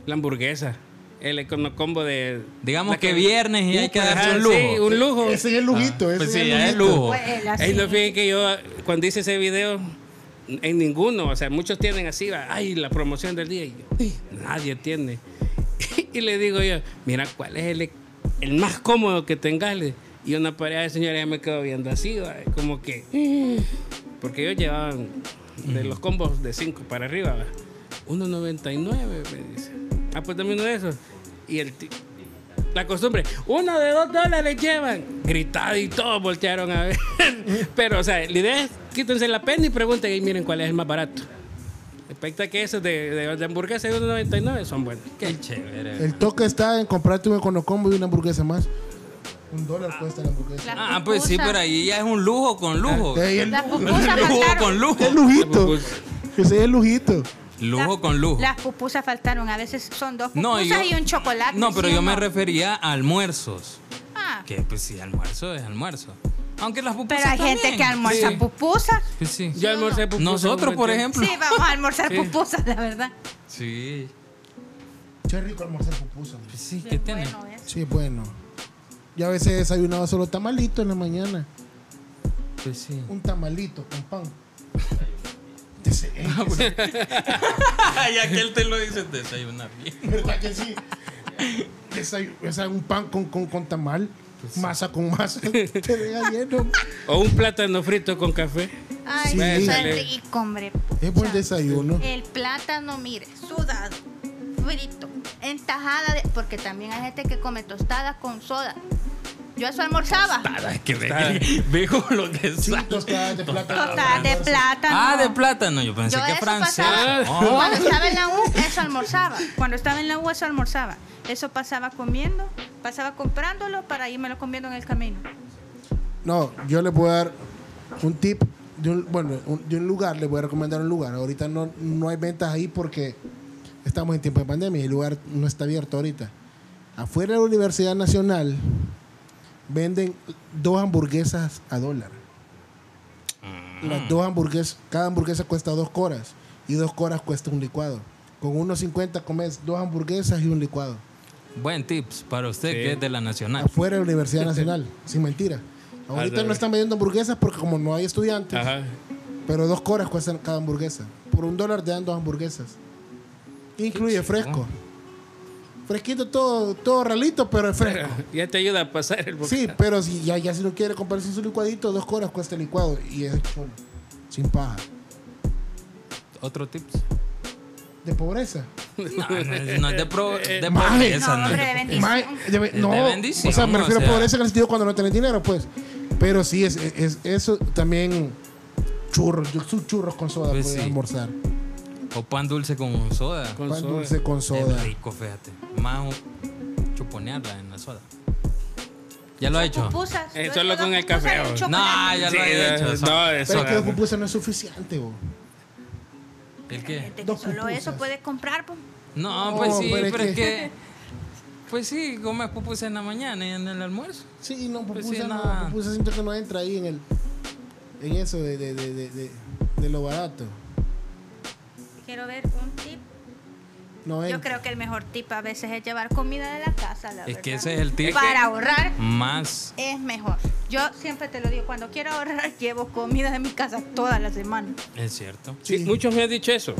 S6: La hamburguesa. El econocombo de.
S2: Digamos
S6: la
S2: que viernes y hay que darse un lujo.
S6: Sí, un lujo.
S3: Ese es el lujito. ese
S2: Pues
S3: es
S2: sí,
S3: el
S2: ya es
S3: lujito.
S2: lujo.
S4: Pues, la
S6: Ahí no fíjense que yo, cuando hice ese video, en ninguno, o sea, muchos tienen así, va, ay, la promoción del día. Y yo, "Ay, nadie tiene. Y le digo yo, mira, ¿cuál es el, e-, el más cómodo que tengas? Le- Y una pareja de señores ya me quedó viendo así, va, como que. Porque ellos llevaban de los combos de 5 para arriba, va, 1.99, me dice. Ah, pues también uno de esos. Y el ti- la costumbre, uno de dos dólares llevan. Gritado y todos voltearon a ver. Pero, o sea, la idea es quítense la pena y pregunten y miren cuál es el más barato. Respecto a que esos de, de, de hamburguesa de 1.99 son buenos.
S2: Qué chévere.
S3: El toque está en comprarte un econocombo y una hamburguesa más. Un dólar cuesta la hamburguesa.
S7: Las
S2: Ah, pues sí,
S7: pupusas-
S2: pero ahí ya es un lujo con lujo.
S3: Ese es el
S7: Las
S3: lujo.
S7: pupusas
S2: Lujo
S7: faltaron.
S2: con lujo.
S3: El lujito. Ese es el lujito.
S2: Lujo
S4: Las-
S2: con lujo.
S4: Las pupusas faltaron. A veces son dos pupusas
S2: Uh. No, yo-
S4: y un chocolate.
S2: No, pero
S4: ¿sí o
S2: yo me
S4: no?
S2: refería a almuerzos.
S4: Ah,
S2: Que pues sí, almuerzo es almuerzo. Aunque las pupusas
S4: pero hay
S2: también.
S4: gente que almuerza
S6: Sí.
S4: pupusas.
S2: Pues sí.
S6: Yo almorcé pupusas
S2: Nosotros,
S6: un
S2: por
S6: buen
S2: ejemplo.
S4: Sí, vamos a almorzar
S6: Sí.
S4: pupusas, la verdad.
S2: Sí.
S3: Che rico almorzar pupusa.
S2: Pues sí, ¿qué tiene?
S4: Bueno, es-
S3: Sí, bueno. Yo a veces desayunaba solo tamalito en la mañana.
S2: Pues sí.
S3: Un tamalito con pan. Ese es,
S2: Ay, aquel te lo dice desayunar bien.
S3: ¿Verdad que sí? Desayu- o sea, un pan con, con, con tamal. Masa con masa. Te deja lleno.
S6: O un plátano frito con café.
S7: Ay,
S3: Sí.
S7: eso
S6: Sale.
S7: es rico, hombre.
S3: Es buen desayuno.
S7: El plátano, mire, sudado, frito, en tajada, de- porque también hay gente que come tostadas con soda. Yo eso almorzaba.
S2: Nada, es que ve,
S6: Está-
S2: veo lo que
S3: Sí,
S2: sale.
S3: tostadas de plátano.
S4: Tostadas de plátano.
S2: Ah, de plátano. Yo pensé
S7: Yo
S2: que
S7: eso
S2: francés.
S7: pasaba
S2: Oh.
S7: cuando estaba en la U, eso almorzaba.
S4: Cuando estaba en la U, eso almorzaba. Eso pasaba comiendo, pasaba comprándolo para irme comiendo en el camino.
S3: No, yo les voy a dar un tip de un, bueno, un- de un lugar, les voy a recomendar un lugar. Ahorita no, no hay ventas ahí porque estamos en tiempo de pandemia y el lugar no está abierto ahorita. Afuera de la Universidad Nacional venden dos hamburguesas a dólar. Las dos hamburguesas, cada hamburguesa cuesta dos coras y dos coras cuesta un licuado. Con 1.50 comes dos hamburguesas y un licuado.
S2: Buen tips para usted
S6: Sí.
S2: que es de la nacional.
S3: Afuera de la Universidad Nacional, sin mentira. Ahorita no están vendiendo hamburguesas porque como no hay estudiantes,
S6: Ajá.
S3: Pero dos coras cuesta cada hamburguesa. Por un dólar te dan dos hamburguesas. Incluye fresco. Fresquito todo, todo ralito, pero es fresco.
S6: Ya te ayuda a pasar el
S3: Sí,
S6: bocado.
S3: pero si ya, ya si no quiere comprarse su licuadito, dos coras cuesta el licuado. Y es chulo. Sin paja.
S2: Otro tips.
S3: De pobreza.
S2: No, no, no es de, pro, de
S3: Maje.
S2: pobreza,
S4: No,
S2: no es
S4: hombre,
S2: de-
S4: de bendición.
S3: Mae, de ve-
S2: de
S3: no,
S2: bendición,
S3: o sea, me
S2: o
S3: refiero
S2: sea.
S3: a pobreza en el sentido cuando no tenés dinero, pues. Pero sí, es, es- es- eso también churros, yo sus churros con soda
S2: Pues
S3: puedes
S2: sí.
S3: almorzar.
S2: O pan dulce con soda.
S6: Con
S3: Pan
S6: soda.
S3: dulce con soda.
S2: Es rico, fíjate. Más o- chuponearla en la soda. ¿Ya lo ha hecho?
S4: Pupusas.
S6: Eh,
S4: Yo
S6: solo
S4: he
S6: con
S4: hecho
S6: el
S4: pupusas
S6: café,
S4: de
S6: o-
S4: chocolate.
S2: No, ya
S6: Sí,
S2: lo he hecho. eso.
S6: No, eso.
S3: Pero es que dos pupusas no es suficiente, bo.
S2: ¿El qué?
S4: De que
S3: Dos
S4: solo eso
S3: pupusas.
S4: puedes comprar. pues.
S2: No,
S3: No,
S2: pues sí,
S3: pero es
S2: pero es
S3: que-
S2: que... Pues sí, comes pupusas en la mañana y en el almuerzo.
S3: Sí, no,
S2: Pues
S3: pupusa,
S2: sí,
S3: no,
S2: nada.
S3: pupusa siento que no entra ahí en el en eso de, de, de, de, de- de lo barato.
S4: Quiero ver un tip.
S3: No
S4: Yo
S3: entra.
S4: creo que el mejor tip a veces es llevar comida de la casa, la
S2: Es que
S4: verdad.
S2: ese es el tip
S4: Para ahorrar
S2: más...
S4: es mejor. Yo siempre te lo digo, cuando quiero ahorrar llevo comida de mi casa toda la semana.
S2: Es cierto.
S6: Sí, muchos me han dicho eso.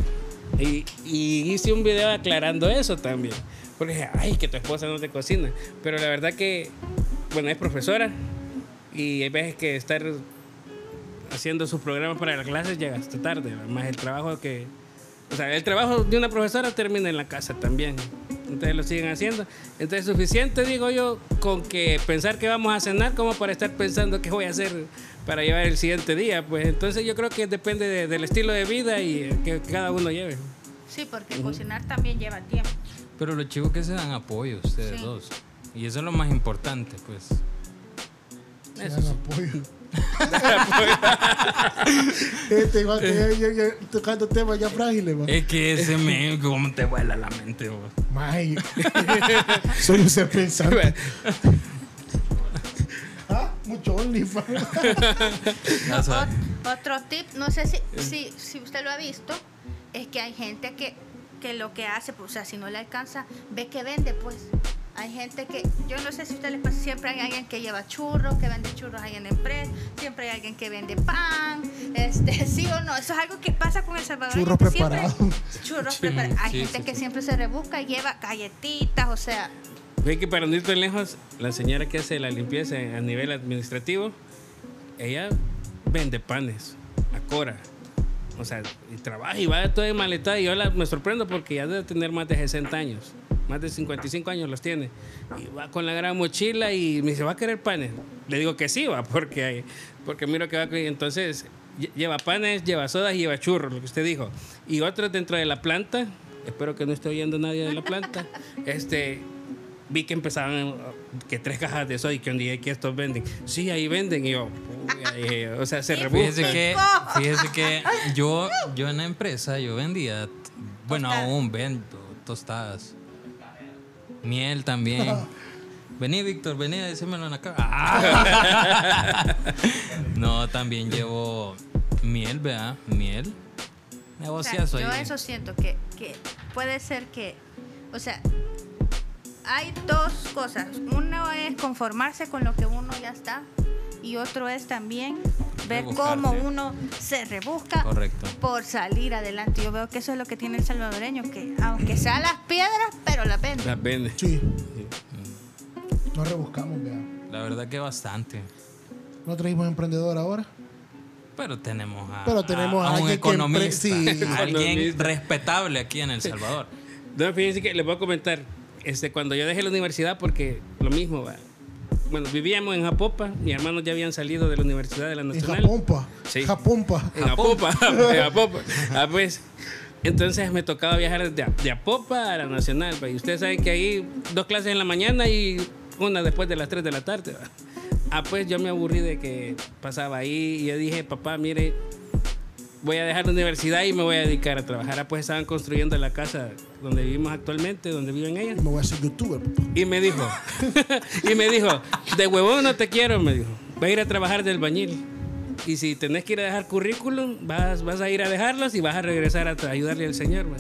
S6: Y, y hice un video aclarando eso también. Porque dije, ay, que tu esposa no te cocina. Pero la verdad que, bueno, es profesora. Y hay veces que estar haciendo sus programas para las clases llega hasta tarde. Más el trabajo que... O sea, el trabajo de una profesora termina en la casa también. Entonces lo siguen haciendo. Entonces suficiente, digo yo, con que pensar que vamos a cenar como para estar pensando qué voy a hacer para llevar el siguiente día. Pues entonces yo creo que depende de- del estilo de vida y eh, que cada uno lleve.
S7: Sí, porque cocinar también lleva tiempo.
S2: Pero los chicos que se dan apoyo, ustedes
S7: Sí.
S2: dos. Y eso es lo más importante, pues.
S3: Se dan apoyo. este igual que yo, yo- yo tocando temas ya frágiles, man.
S2: Es que ese meme, ¿cómo te vuela la mente, vos?
S3: Mae. Soy un ser pensante. ah, mucho OnlyFans.
S2: O sea,
S7: Ot- otro tip, no sé
S2: Eh.
S7: si, si, si usted lo ha visto, es que hay gente que, que lo que hace, pues, o sea, si no le alcanza, ve que vende, pues. Hay gente que, yo no sé si a usted les pasa, siempre hay alguien que lleva churros, que vende churros ahí en la empresa, siempre hay alguien que vende pan, este, sí o no, eso es algo que pasa con El Salvador.
S3: Churros
S7: preparados
S3: preparados.
S7: Churros preparados. Hay
S2: sí,
S7: gente
S2: sí,
S7: que siempre se rebusca y lleva galletitas, o sea,
S6: Ve que para no ir tan lejos, la señora que hace la limpieza a nivel administrativo, ella vende panes a Cora. O sea, y trabaja y va toda de maletada. Y yo la- me sorprendo porque ya debe tener más de 60 años. Más de 55 años los tiene. Y va con la gran mochila y me dice, ¿va a querer panes? Le digo que sí, va, porque, hay- porque miro que va. con- Entonces, lle- lleva panes, lleva sodas y lleva churros, lo que usted dijo. Y otros dentro de la planta. Espero que no esté oyendo nadie de la planta. Este, vi que empezaban eh, que tres cajas de soda y que un día que estos venden. Sí, ahí venden. Y yo, puya, dije yo, o sea, se
S2: fíjese
S6: rebuscan.
S2: que, fíjese que yo, yo en la empresa, yo vendía, t- bueno, aún vendo tostadas. Miel también. Vení, Víctor, vení a decírmelo en la cara. Ah. no, también llevo miel, ¿verdad? Miel.
S7: O sea,
S2: Negociazo
S7: yo
S2: ahí.
S7: eso siento que, que puede ser que, o sea, hay dos cosas. Uno es conformarse con lo que uno ya está y otro es también ver
S2: Rebuscarte.
S7: cómo uno se rebusca
S2: Correcto.
S7: por salir adelante. Yo veo que eso es lo que tiene el salvadoreño, que aunque sea las piedras, pero las vende.
S6: Las venden.
S3: Sí. Nos rebuscamos, vean.
S2: La verdad que bastante.
S3: No trajimos emprendedor ahora.
S2: Pero tenemos a,
S3: Pero tenemos
S2: a- a
S3: a
S2: un
S3: alguien que
S2: economista,
S3: empre- sí.
S2: a alguien
S6: Economista.
S2: respetable aquí en El Salvador.
S6: No, fíjense que les voy a comentar. Este, cuando yo dejé la universidad, porque lo mismo, va. bueno, vivíamos en Japopa, mis hermanos ya habían salido de la Universidad de la
S3: En
S6: Nacional.
S3: Japompa.
S6: Sí.
S3: Japompa.
S6: En Apopa, en Apopa. Ah, pues. Entonces me tocaba viajar de, de Apopa a la Nacional. pues, Y ustedes saben que hay dos clases en la mañana y una después de las 3 de la tarde. ¿va? Ah, pues yo me aburrí de que pasaba ahí y yo dije, papá, mire, voy a dejar la universidad y me voy a dedicar a trabajar. Ah, pues estaban construyendo la casa donde vivimos actualmente, donde viven ellas.
S3: Y me voy a hacer youtuber, papá.
S6: Y me dijo, y me dijo, de huevón no te quiero, me dijo. Va a ir a trabajar del bañil. Y si tenés que ir a dejar currículum, vas, vas a ir a dejarlos y vas a regresar a tra- ayudarle al señor. man.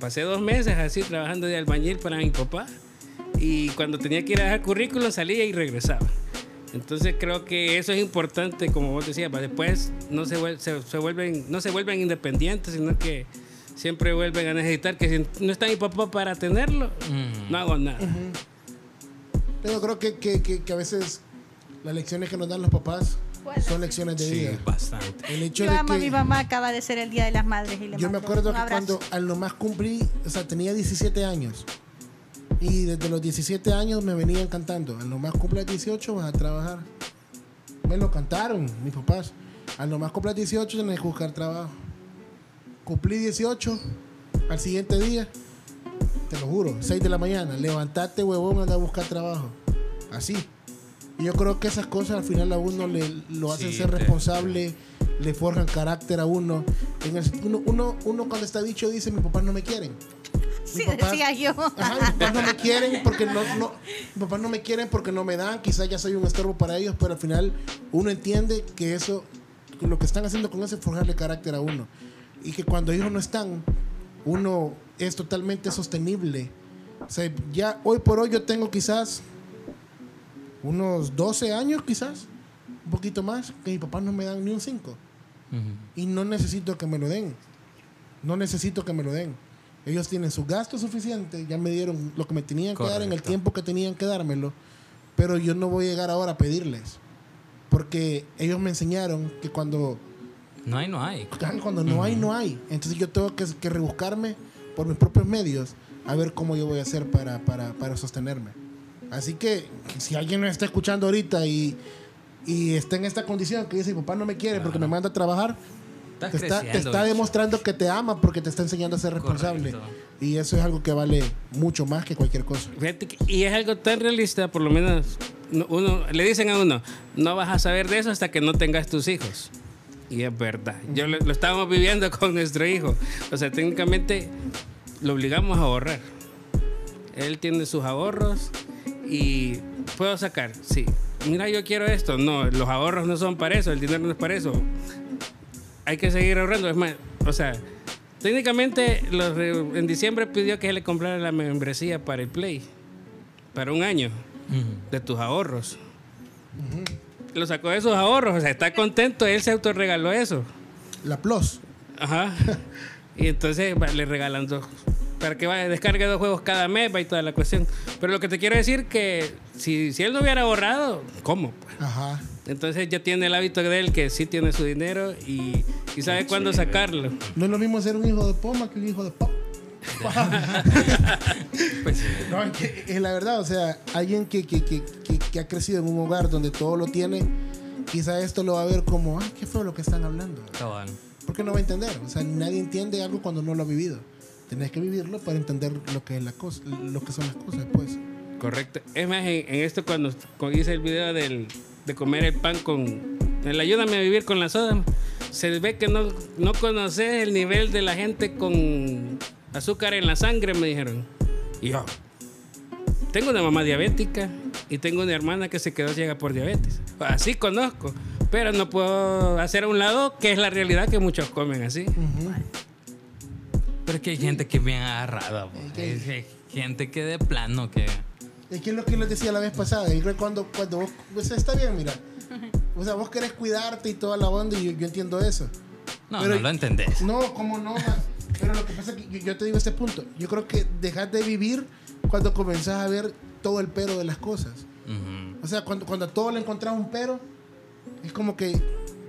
S6: Pasé dos meses así trabajando de albañil para mi papá. Y cuando tenía que ir a dejar currículum, salía y regresaba. Entonces creo que eso es importante, como vos decías, para después no se, vuel- se- se vuelven, no se vuelven independientes, sino que siempre vuelven a necesitar que si no está mi papá para tenerlo,
S2: Ujú.
S6: no hago nada.
S3: Pero creo que, que, que, que a veces las lecciones que nos dan los papás son lecciones de
S2: Sí,
S3: vida.
S2: bastante.
S3: El hecho
S4: Yo
S3: de
S4: amo a
S3: que
S4: mi mamá, acaba de ser el Día de las Madres. Y le
S3: Yo me
S4: mando
S3: acuerdo
S4: un
S3: que
S4: abrazo.
S3: cuando a lo más cumplí, o sea, tenía 17 años. Y desde los 17 años me venían cantando. A lo más cumplas 18 vas a trabajar. Me lo cantaron mis papás. A lo más cumplas 18 tenés que buscar trabajo. Cumplí 18, al siguiente día, te lo juro, 6 de la mañana, levantate huevón, anda a buscar trabajo. Así. Y yo creo que esas cosas al final a uno le, lo hacen
S2: Sí,
S3: ser
S2: te-
S3: responsable, le forjan carácter a uno. En el- uno, uno. uno cuando está dicho dice, mis papás no me quieren.
S7: Sí,
S3: Mi papá-
S7: decía yo.
S3: Ajá, mis papás no me quieren porque no, no, mis papás no me quieren porque no me dan, quizás ya soy un estorbo para ellos, pero al final uno entiende que eso, que lo que están haciendo con eso es forjarle carácter a uno. Y que cuando ellos no están, uno es totalmente sostenible. O sea, ya hoy por hoy yo tengo quizás unos 12 años, quizás, un poquito más, que mis papás no me dan ni un 5
S2: Ujú.
S3: y no necesito que me lo den. No necesito que me lo den. Ellos tienen su gasto suficiente, ya me dieron lo que me tenían que dar en el
S2: Correcto.
S3: tiempo que tenían que dármelo, pero yo no voy a llegar ahora a pedirles. Porque ellos me enseñaron que cuando,
S2: No hay, no hay.
S3: cuando no hay, no hay. Entonces yo tengo que, que rebuscarme por mis propios medios a ver cómo yo voy a hacer para, para, para sostenerme. Así que si alguien nos está escuchando ahorita y, y está en esta condición que dice, mi papá no me quiere porque me manda a trabajar,
S2: Estás
S3: te está, te
S2: creciendo,
S3: está
S2: bicho.
S3: demostrando que te ama porque te está enseñando a ser responsable.
S2: Correcto.
S3: Y eso es algo que vale mucho más que cualquier cosa.
S6: Fíjate que- y es algo tan realista, por lo menos no- uno le dicen a uno, no vas a saber de eso hasta que no tengas tus hijos. Y es verdad. Yo lo, lo estábamos viviendo con nuestro hijo. O sea, técnicamente lo obligamos a ahorrar. Él tiene sus ahorros y puedo sacar, sí. Mira, yo quiero esto. No, los ahorros no son para eso, el dinero no es para eso. Hay que seguir ahorrando. Es más, o sea, técnicamente los re- en diciembre pidió que se le comprara la membresía para el Play, para un año, de tus ahorros. Lo sacó de esos ahorros, o sea, está contento, él se autorregaló eso.
S3: La PLOS.
S6: Ajá. Y entonces va, le regalan dos. Para que vaya, descargue dos juegos cada mes va y toda la cuestión. Pero lo que te quiero decir que si, si él no hubiera ahorrado, ¿cómo? pues?
S3: Ajá.
S6: Entonces ya tiene el hábito de él que sí tiene su dinero y, y sabe cuándo sacarlo.
S3: No es lo mismo ser un hijo de Poma que un hijo de Pop.
S2: Pues sí.
S3: No, es, que, es la verdad, o sea, alguien que, que, que, que, que ha crecido en un hogar donde todo lo tiene, quizá esto lo va a ver como, ah, qué fue lo que están hablando.
S2: Cabal.
S3: Porque no va a entender. O sea, nadie entiende algo cuando no lo ha vivido. Tenés que vivirlo para entender lo que es la cosa, lo que son las cosas, pues.
S6: Correcto. Es más, en, en esto cuando, cuando hice el video del, de comer el pan con... El ayúdame a vivir con la soda. Se ve que no, no conoces el nivel de la gente con azúcar en la sangre, me dijeron. Y yo, tengo una mamá diabética y tengo una hermana que se quedó ciega por diabetes. Así conozco, pero no puedo hacer a un lado que es la realidad que muchos comen así.
S2: Pero es que hay gente que es bien agarrada, pues.
S3: que-
S2: Es- Hay gente que de plano que.
S3: Es que es lo que les decía la vez pasada. Yo creo que cuando, cuando vos. O sea, está bien, mira. O sea, vos querés cuidarte y toda la onda, y yo, yo entiendo eso.
S2: No,
S3: Pero-
S2: no lo entendés.
S3: No, cómo no. ma? Pero lo que pasa es que yo, yo te digo este punto. Yo creo que dejas de vivir cuando comenzás a ver todo el pero de las cosas.
S2: Ujú.
S3: O sea, cuando, cuando a todo le encontrás un pero, es como que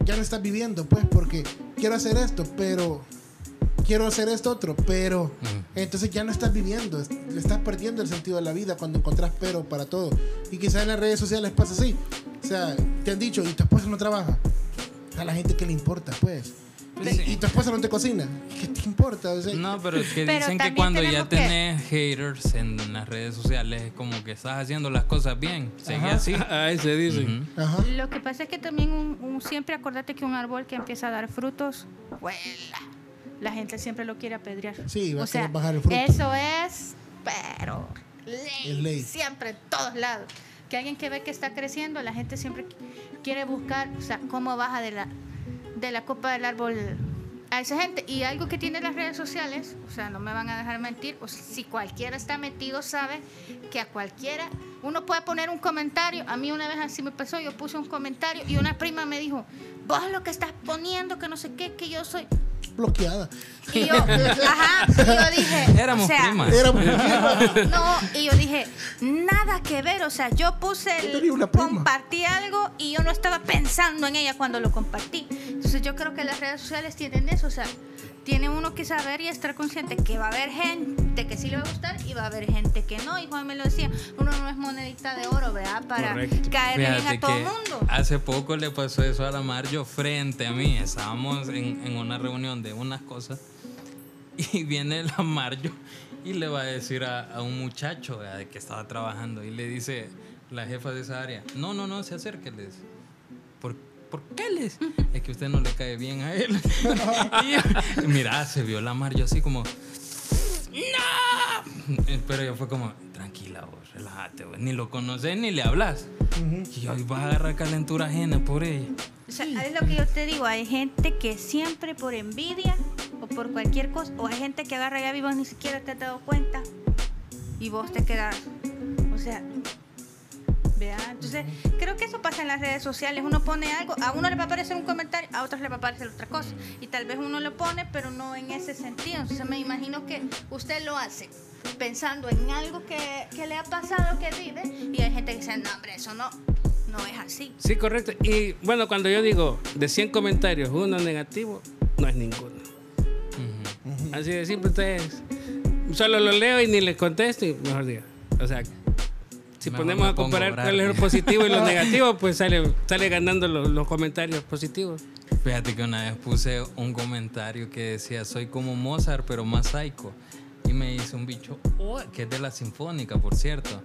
S3: ya no estás viviendo, pues, porque quiero hacer esto, pero. Quiero hacer esto otro, pero.
S2: Mm.
S3: Entonces ya no estás viviendo, es- le estás perdiendo el sentido de la vida cuando encontrás pero para todo. Y quizás en las redes sociales pasa así. O sea, te han dicho, y tu esposa no trabaja. A la gente que le importa, pues.
S2: Pues
S3: y,
S2: sí.
S3: y tu esposa no te cocina. ¿Qué te importa? O sea,
S2: No, pero es que
S7: Pero
S2: dicen que
S7: también
S2: cuando ya
S7: tenemos que-
S2: tenés haters en las redes sociales, es como que estás haciendo las cosas bien. Seguí así.
S6: Ahí se dice.
S2: Ujú.
S3: Ajá.
S7: Lo que pasa es que también un, un- siempre acordate que un árbol que empieza a dar frutos, huela.
S4: La gente siempre lo quiere apedrear.
S3: Sí, va
S7: O
S3: a
S7: sea,
S3: querer bajar el fruto.
S7: eso es, pero ley,
S3: Es ley.
S7: siempre en todos lados. Que alguien que ve que está creciendo, la gente siempre qui- quiere buscar, o sea, cómo baja de la de la copa del árbol a esa gente. Y algo que tienen las redes sociales, o sea, no me van a dejar mentir, o sea, si cualquiera está metido sabe que a cualquiera, uno puede poner un comentario, a mí una vez así me pasó, yo puse un comentario y una prima me dijo, vos lo que estás poniendo, que no sé qué, que yo soy...
S3: Bloqueada.
S7: Y yo, ajá, y yo dije,
S2: Éramos
S7: o sea,
S2: primas.
S3: Era bloqueada.
S7: no, y yo dije, nada que ver, o sea, yo puse,
S3: Yo tenía
S7: el,
S3: una prima.
S7: compartí algo y yo no estaba pensando en ella cuando lo compartí. Entonces yo creo que las redes sociales tienen eso, o sea, tiene uno que saber y estar consciente que va a haber gente que sí le va a gustar y va a haber gente que no. Y Juan me lo decía, uno no es monedita de oro, ¿verdad? Para
S6: Correcto.
S7: caer bien
S2: Fíjate
S7: a todo
S2: que
S7: el mundo.
S2: Hace poco le pasó eso a la Mario frente a mí. Estábamos en, en una reunión de unas cosas y viene la Mario y le va a decir a, a un muchacho ¿verdad? de que estaba trabajando y le dice la jefa de esa área, no, no, no, se acerque, les. ¿Por, ¿por qué les? Es que usted no le cae bien a él. y yo- mira, se vio la Mario así como... ¡No! Pero yo fue como, tranquila vos, relájate vos. Ni lo conoces ni le hablas. Y hoy vas a agarrar calentura ajena por ella.
S4: O sea, es lo que yo te digo, hay gente que siempre por envidia o por cualquier cosa, o hay gente que agarra ya vivos ni siquiera te has dado cuenta y vos te quedas. O sea, vea, entonces creo que eso pasa en las redes sociales, uno pone algo, a uno le va a aparecer un comentario, a otros le va a aparecer otra cosa, y tal vez uno lo pone, pero no en ese sentido.
S7: Entonces me imagino que usted lo hace pensando en algo que, que eh, le ha pasado, que vive, y hay gente que dice, no, hombre, eso no, no es así.
S6: Sí, correcto. Y bueno, cuando yo digo de 100 comentarios, uno negativo, no es ninguno. Así de simple, entonces solo lo leo y ni les contesto y mejor digo. O sea, si
S2: Mejor
S6: ponemos
S2: me
S6: a
S2: pongo
S6: comparar
S2: bravo.
S6: cuál es lo positivo y lo negativo, pues sale, sale ganando los, los comentarios positivos.
S2: Fíjate que una vez puse un comentario que decía, soy como Mozart, pero más psycho. Y me hizo un bicho, "Oh", que es de la sinfónica, por cierto.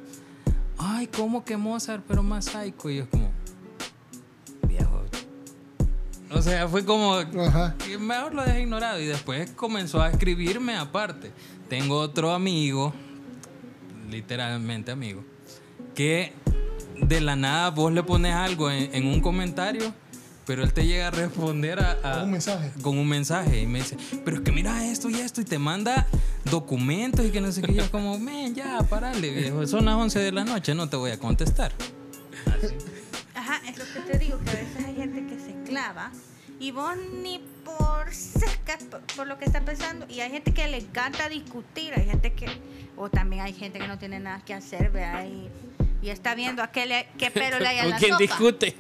S2: Ay, ¿cómo que Mozart, pero más psycho? Y yo como, viejo. O sea, fue como,
S3: Ajá.
S2: y mejor lo dejé ignorado. Y después comenzó a escribirme aparte. Tengo otro amigo, literalmente amigo, que de la nada vos le pones algo en, en un comentario, pero él te llega a responder a, a-
S3: Con un mensaje.
S2: Con un mensaje. Y me dice, pero es que mira esto y esto. Y te manda documentos y que no sé qué. Y yo como, men, ya, parale, viejo. Son las 11 de la noche, no te voy a contestar.
S4: Ajá, es lo que te digo, que a veces hay gente que se clava y vos ni por cerca, por, por lo que está pensando. Y hay gente que le encanta discutir, hay gente que, o también hay gente que no tiene nada que hacer, vea, y, y está viendo a qué, le, qué pero le hay a
S6: ¿Con
S4: la
S6: quién
S4: sopa.
S6: discute?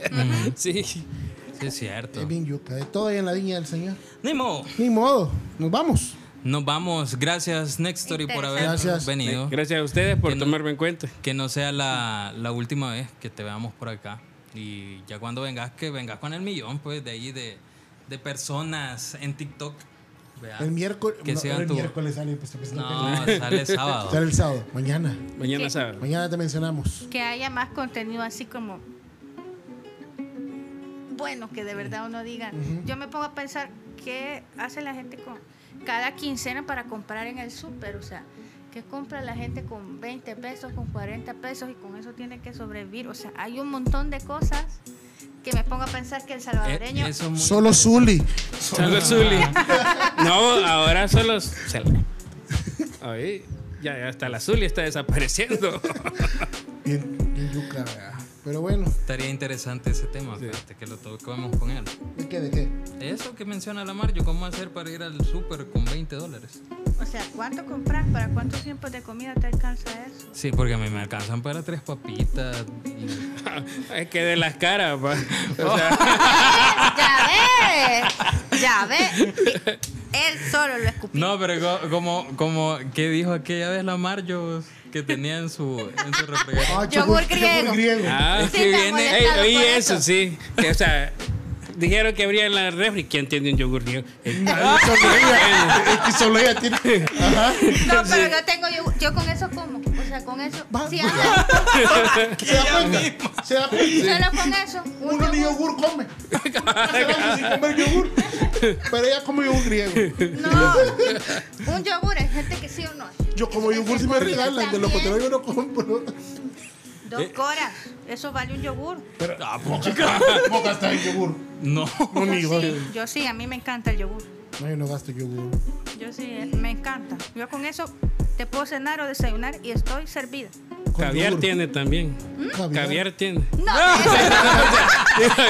S6: sí.
S2: Sí, es cierto.
S3: Es bien yuca. De todo ahí en la viña del Señor.
S2: Ni modo.
S3: Ni modo. Nos vamos.
S2: Nos vamos. Gracias, Next Story, por haber
S3: Gracias.
S2: venido.
S6: Gracias a ustedes por
S2: Que no-
S6: tomarme en cuenta.
S2: Que no sea la, la última vez que te veamos por acá. Y ya cuando vengas, que vengas con el millón, pues, de ahí de, de personas en TikTok. ¿verdad?
S3: El miércoles.
S2: Que
S3: no,
S2: sigan
S3: el
S2: tu-
S3: miércoles sale. Pues, pues,
S2: No, sale sábado.
S3: Sale el sábado. Mañana.
S6: Mañana sábado.
S3: Mañana te mencionamos.
S4: Que haya más contenido así como bueno, que de verdad uno diga. Yo me pongo a pensar qué hace la gente con cada quincena para comprar en el súper, o sea, qué compra la gente con 20 pesos, con 40 pesos y con eso tiene que sobrevivir, o sea, hay un montón de cosas que me pongo a pensar que el
S2: Eh,
S4: salvadoreño
S2: eso muy-
S3: Solo Zully.
S6: Solo Zuli. No, ahora solo. Zuli. Ay, ya, ya hasta la Zuli está desapareciendo.
S3: Bien, bien yuca, ¿verdad? Pero bueno.
S2: Estaría interesante ese tema, fíjate, que lo toquemos con él.
S3: ¿De qué? ¿De qué?
S2: Eso que menciona la Mario, ¿cómo hacer para ir al súper con 20 dólares?
S4: O sea, ¿cuánto compras? ¿Para cuántos tiempos de comida te alcanza eso?
S2: Sí, porque a mí me alcanzan para tres papitas. y-
S6: Es que de las caras, pa. O
S7: Oh.
S6: sea,
S4: Ya ves, ya ves. Él solo lo escupió.
S2: No, pero co- como, como, ¿qué dijo aquella vez la Mario que tenía en su, en su refrigerador?
S3: Ah,
S4: Yogur
S3: yogur
S4: griego.
S3: griego.
S6: ah,
S2: Es que
S6: sí,
S2: viene-
S6: ey, oí eso, sí. Que, o sea, dijeron que abrían la refri. ¿Quién tiene un yogur griego? Eh,
S3: Ah, solo ella. Es que solo ella tiene. Ajá.
S7: No, pero yo tengo, yo, yo con eso como. O sea, con eso.
S3: Va- pues
S7: Si hablan,
S3: Se da cuenta. Se da cuenta.
S7: solo con eso. un
S3: Uno ni
S7: yogur.
S3: yogur come. Hace años sin comer yogur. Pero ella come yogur griego.
S7: No, un yogur, hay gente que sí o no.
S3: Yo como yogur si me regalan. De lo contrario yo no compro.
S4: Dos
S3: Eh.
S4: coras, eso vale un yogur.
S3: Pero, ah, poca. Poca está el yogur.
S2: No.
S3: No, ni
S4: Yo
S3: igual.
S4: sí, yo sí, a mí me encanta el yogur.
S3: No, yo no gasto yogur.
S4: Yo sí, eh, me encanta. Yo con eso te puedo cenar o desayunar y estoy servida.
S3: Con
S6: Caviar
S3: yogur.
S6: tiene también.
S3: Caviar.
S6: Caviar tiene.
S7: No,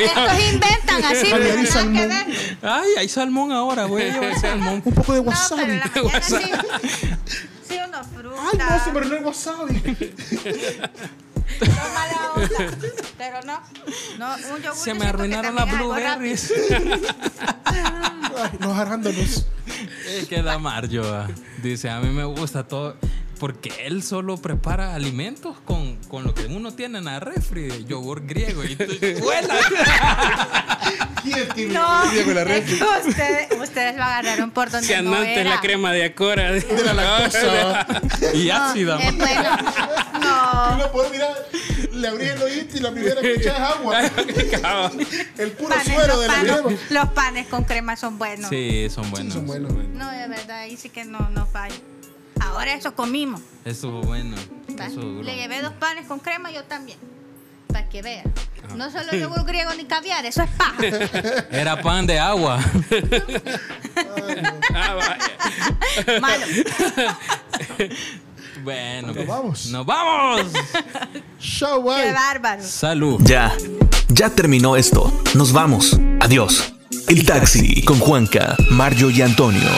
S7: estos inventan así.
S3: Caviar
S7: nada
S3: y
S7: que
S3: salmón.
S7: ver.
S2: Ay, hay salmón ahora, güey. salmón.
S3: Un poco de
S7: No,
S3: wasabi.
S7: pero en la mañana sí.
S4: Sí, una fruta.
S3: Ay, no, se me arruinó el wasabi.
S4: No, mala onda. Pero no. No, un yogur.
S2: Se
S4: yo
S2: me
S4: siento que
S2: arruinaron las
S4: también es algo
S2: blueberries.
S7: Ah.
S3: Ay, nos arrándonos.
S2: Es que la Mario ah, dice, a mí me gusta todo. Porque él solo prepara alimentos con, con lo que uno tiene en la refri, de yogur griego. Y tú, ¡Huela!
S3: ¿Quién tiene
S4: No,
S3: yogur con la red?
S4: es que ustedes,
S7: Ustedes lo agarraron por donde
S6: Si
S7: no
S6: andantes
S7: era.
S6: la crema de Acora.
S3: De la lactosa.
S2: y
S7: No,
S2: ácida.
S7: es Eh, bueno.
S3: Y
S7: No.
S3: no puedo mirar. Le abrí el oído y la primera que echa es agua.
S6: Cabrón.
S3: El puro
S4: panes,
S3: suero
S4: los,
S3: de la crema.
S4: panes, los panes con crema son buenos.
S2: Sí, son buenos.
S3: son buenos.
S7: No, de verdad.
S4: verdad, ahí sí que no, no falla. Ahora eso comimos.
S2: Estuvo bueno.
S7: Va,
S2: Eso duró.
S7: Le llevé dos panes con crema, yo también. Para que vean.
S2: Ah.
S7: No solo yogur griego ni caviar, eso es paja.
S2: Era pan de agua.
S6: Ah, vaya.
S4: Malo.
S2: Bueno, pues,
S3: vamos.
S2: ¡Nos vamos!
S3: Show,
S4: Qué
S3: guay.
S4: bárbaro.
S2: Salud.
S5: Ya, ya terminó esto. Nos vamos. Adiós. El taxi con Juanca, Mario y Antonio.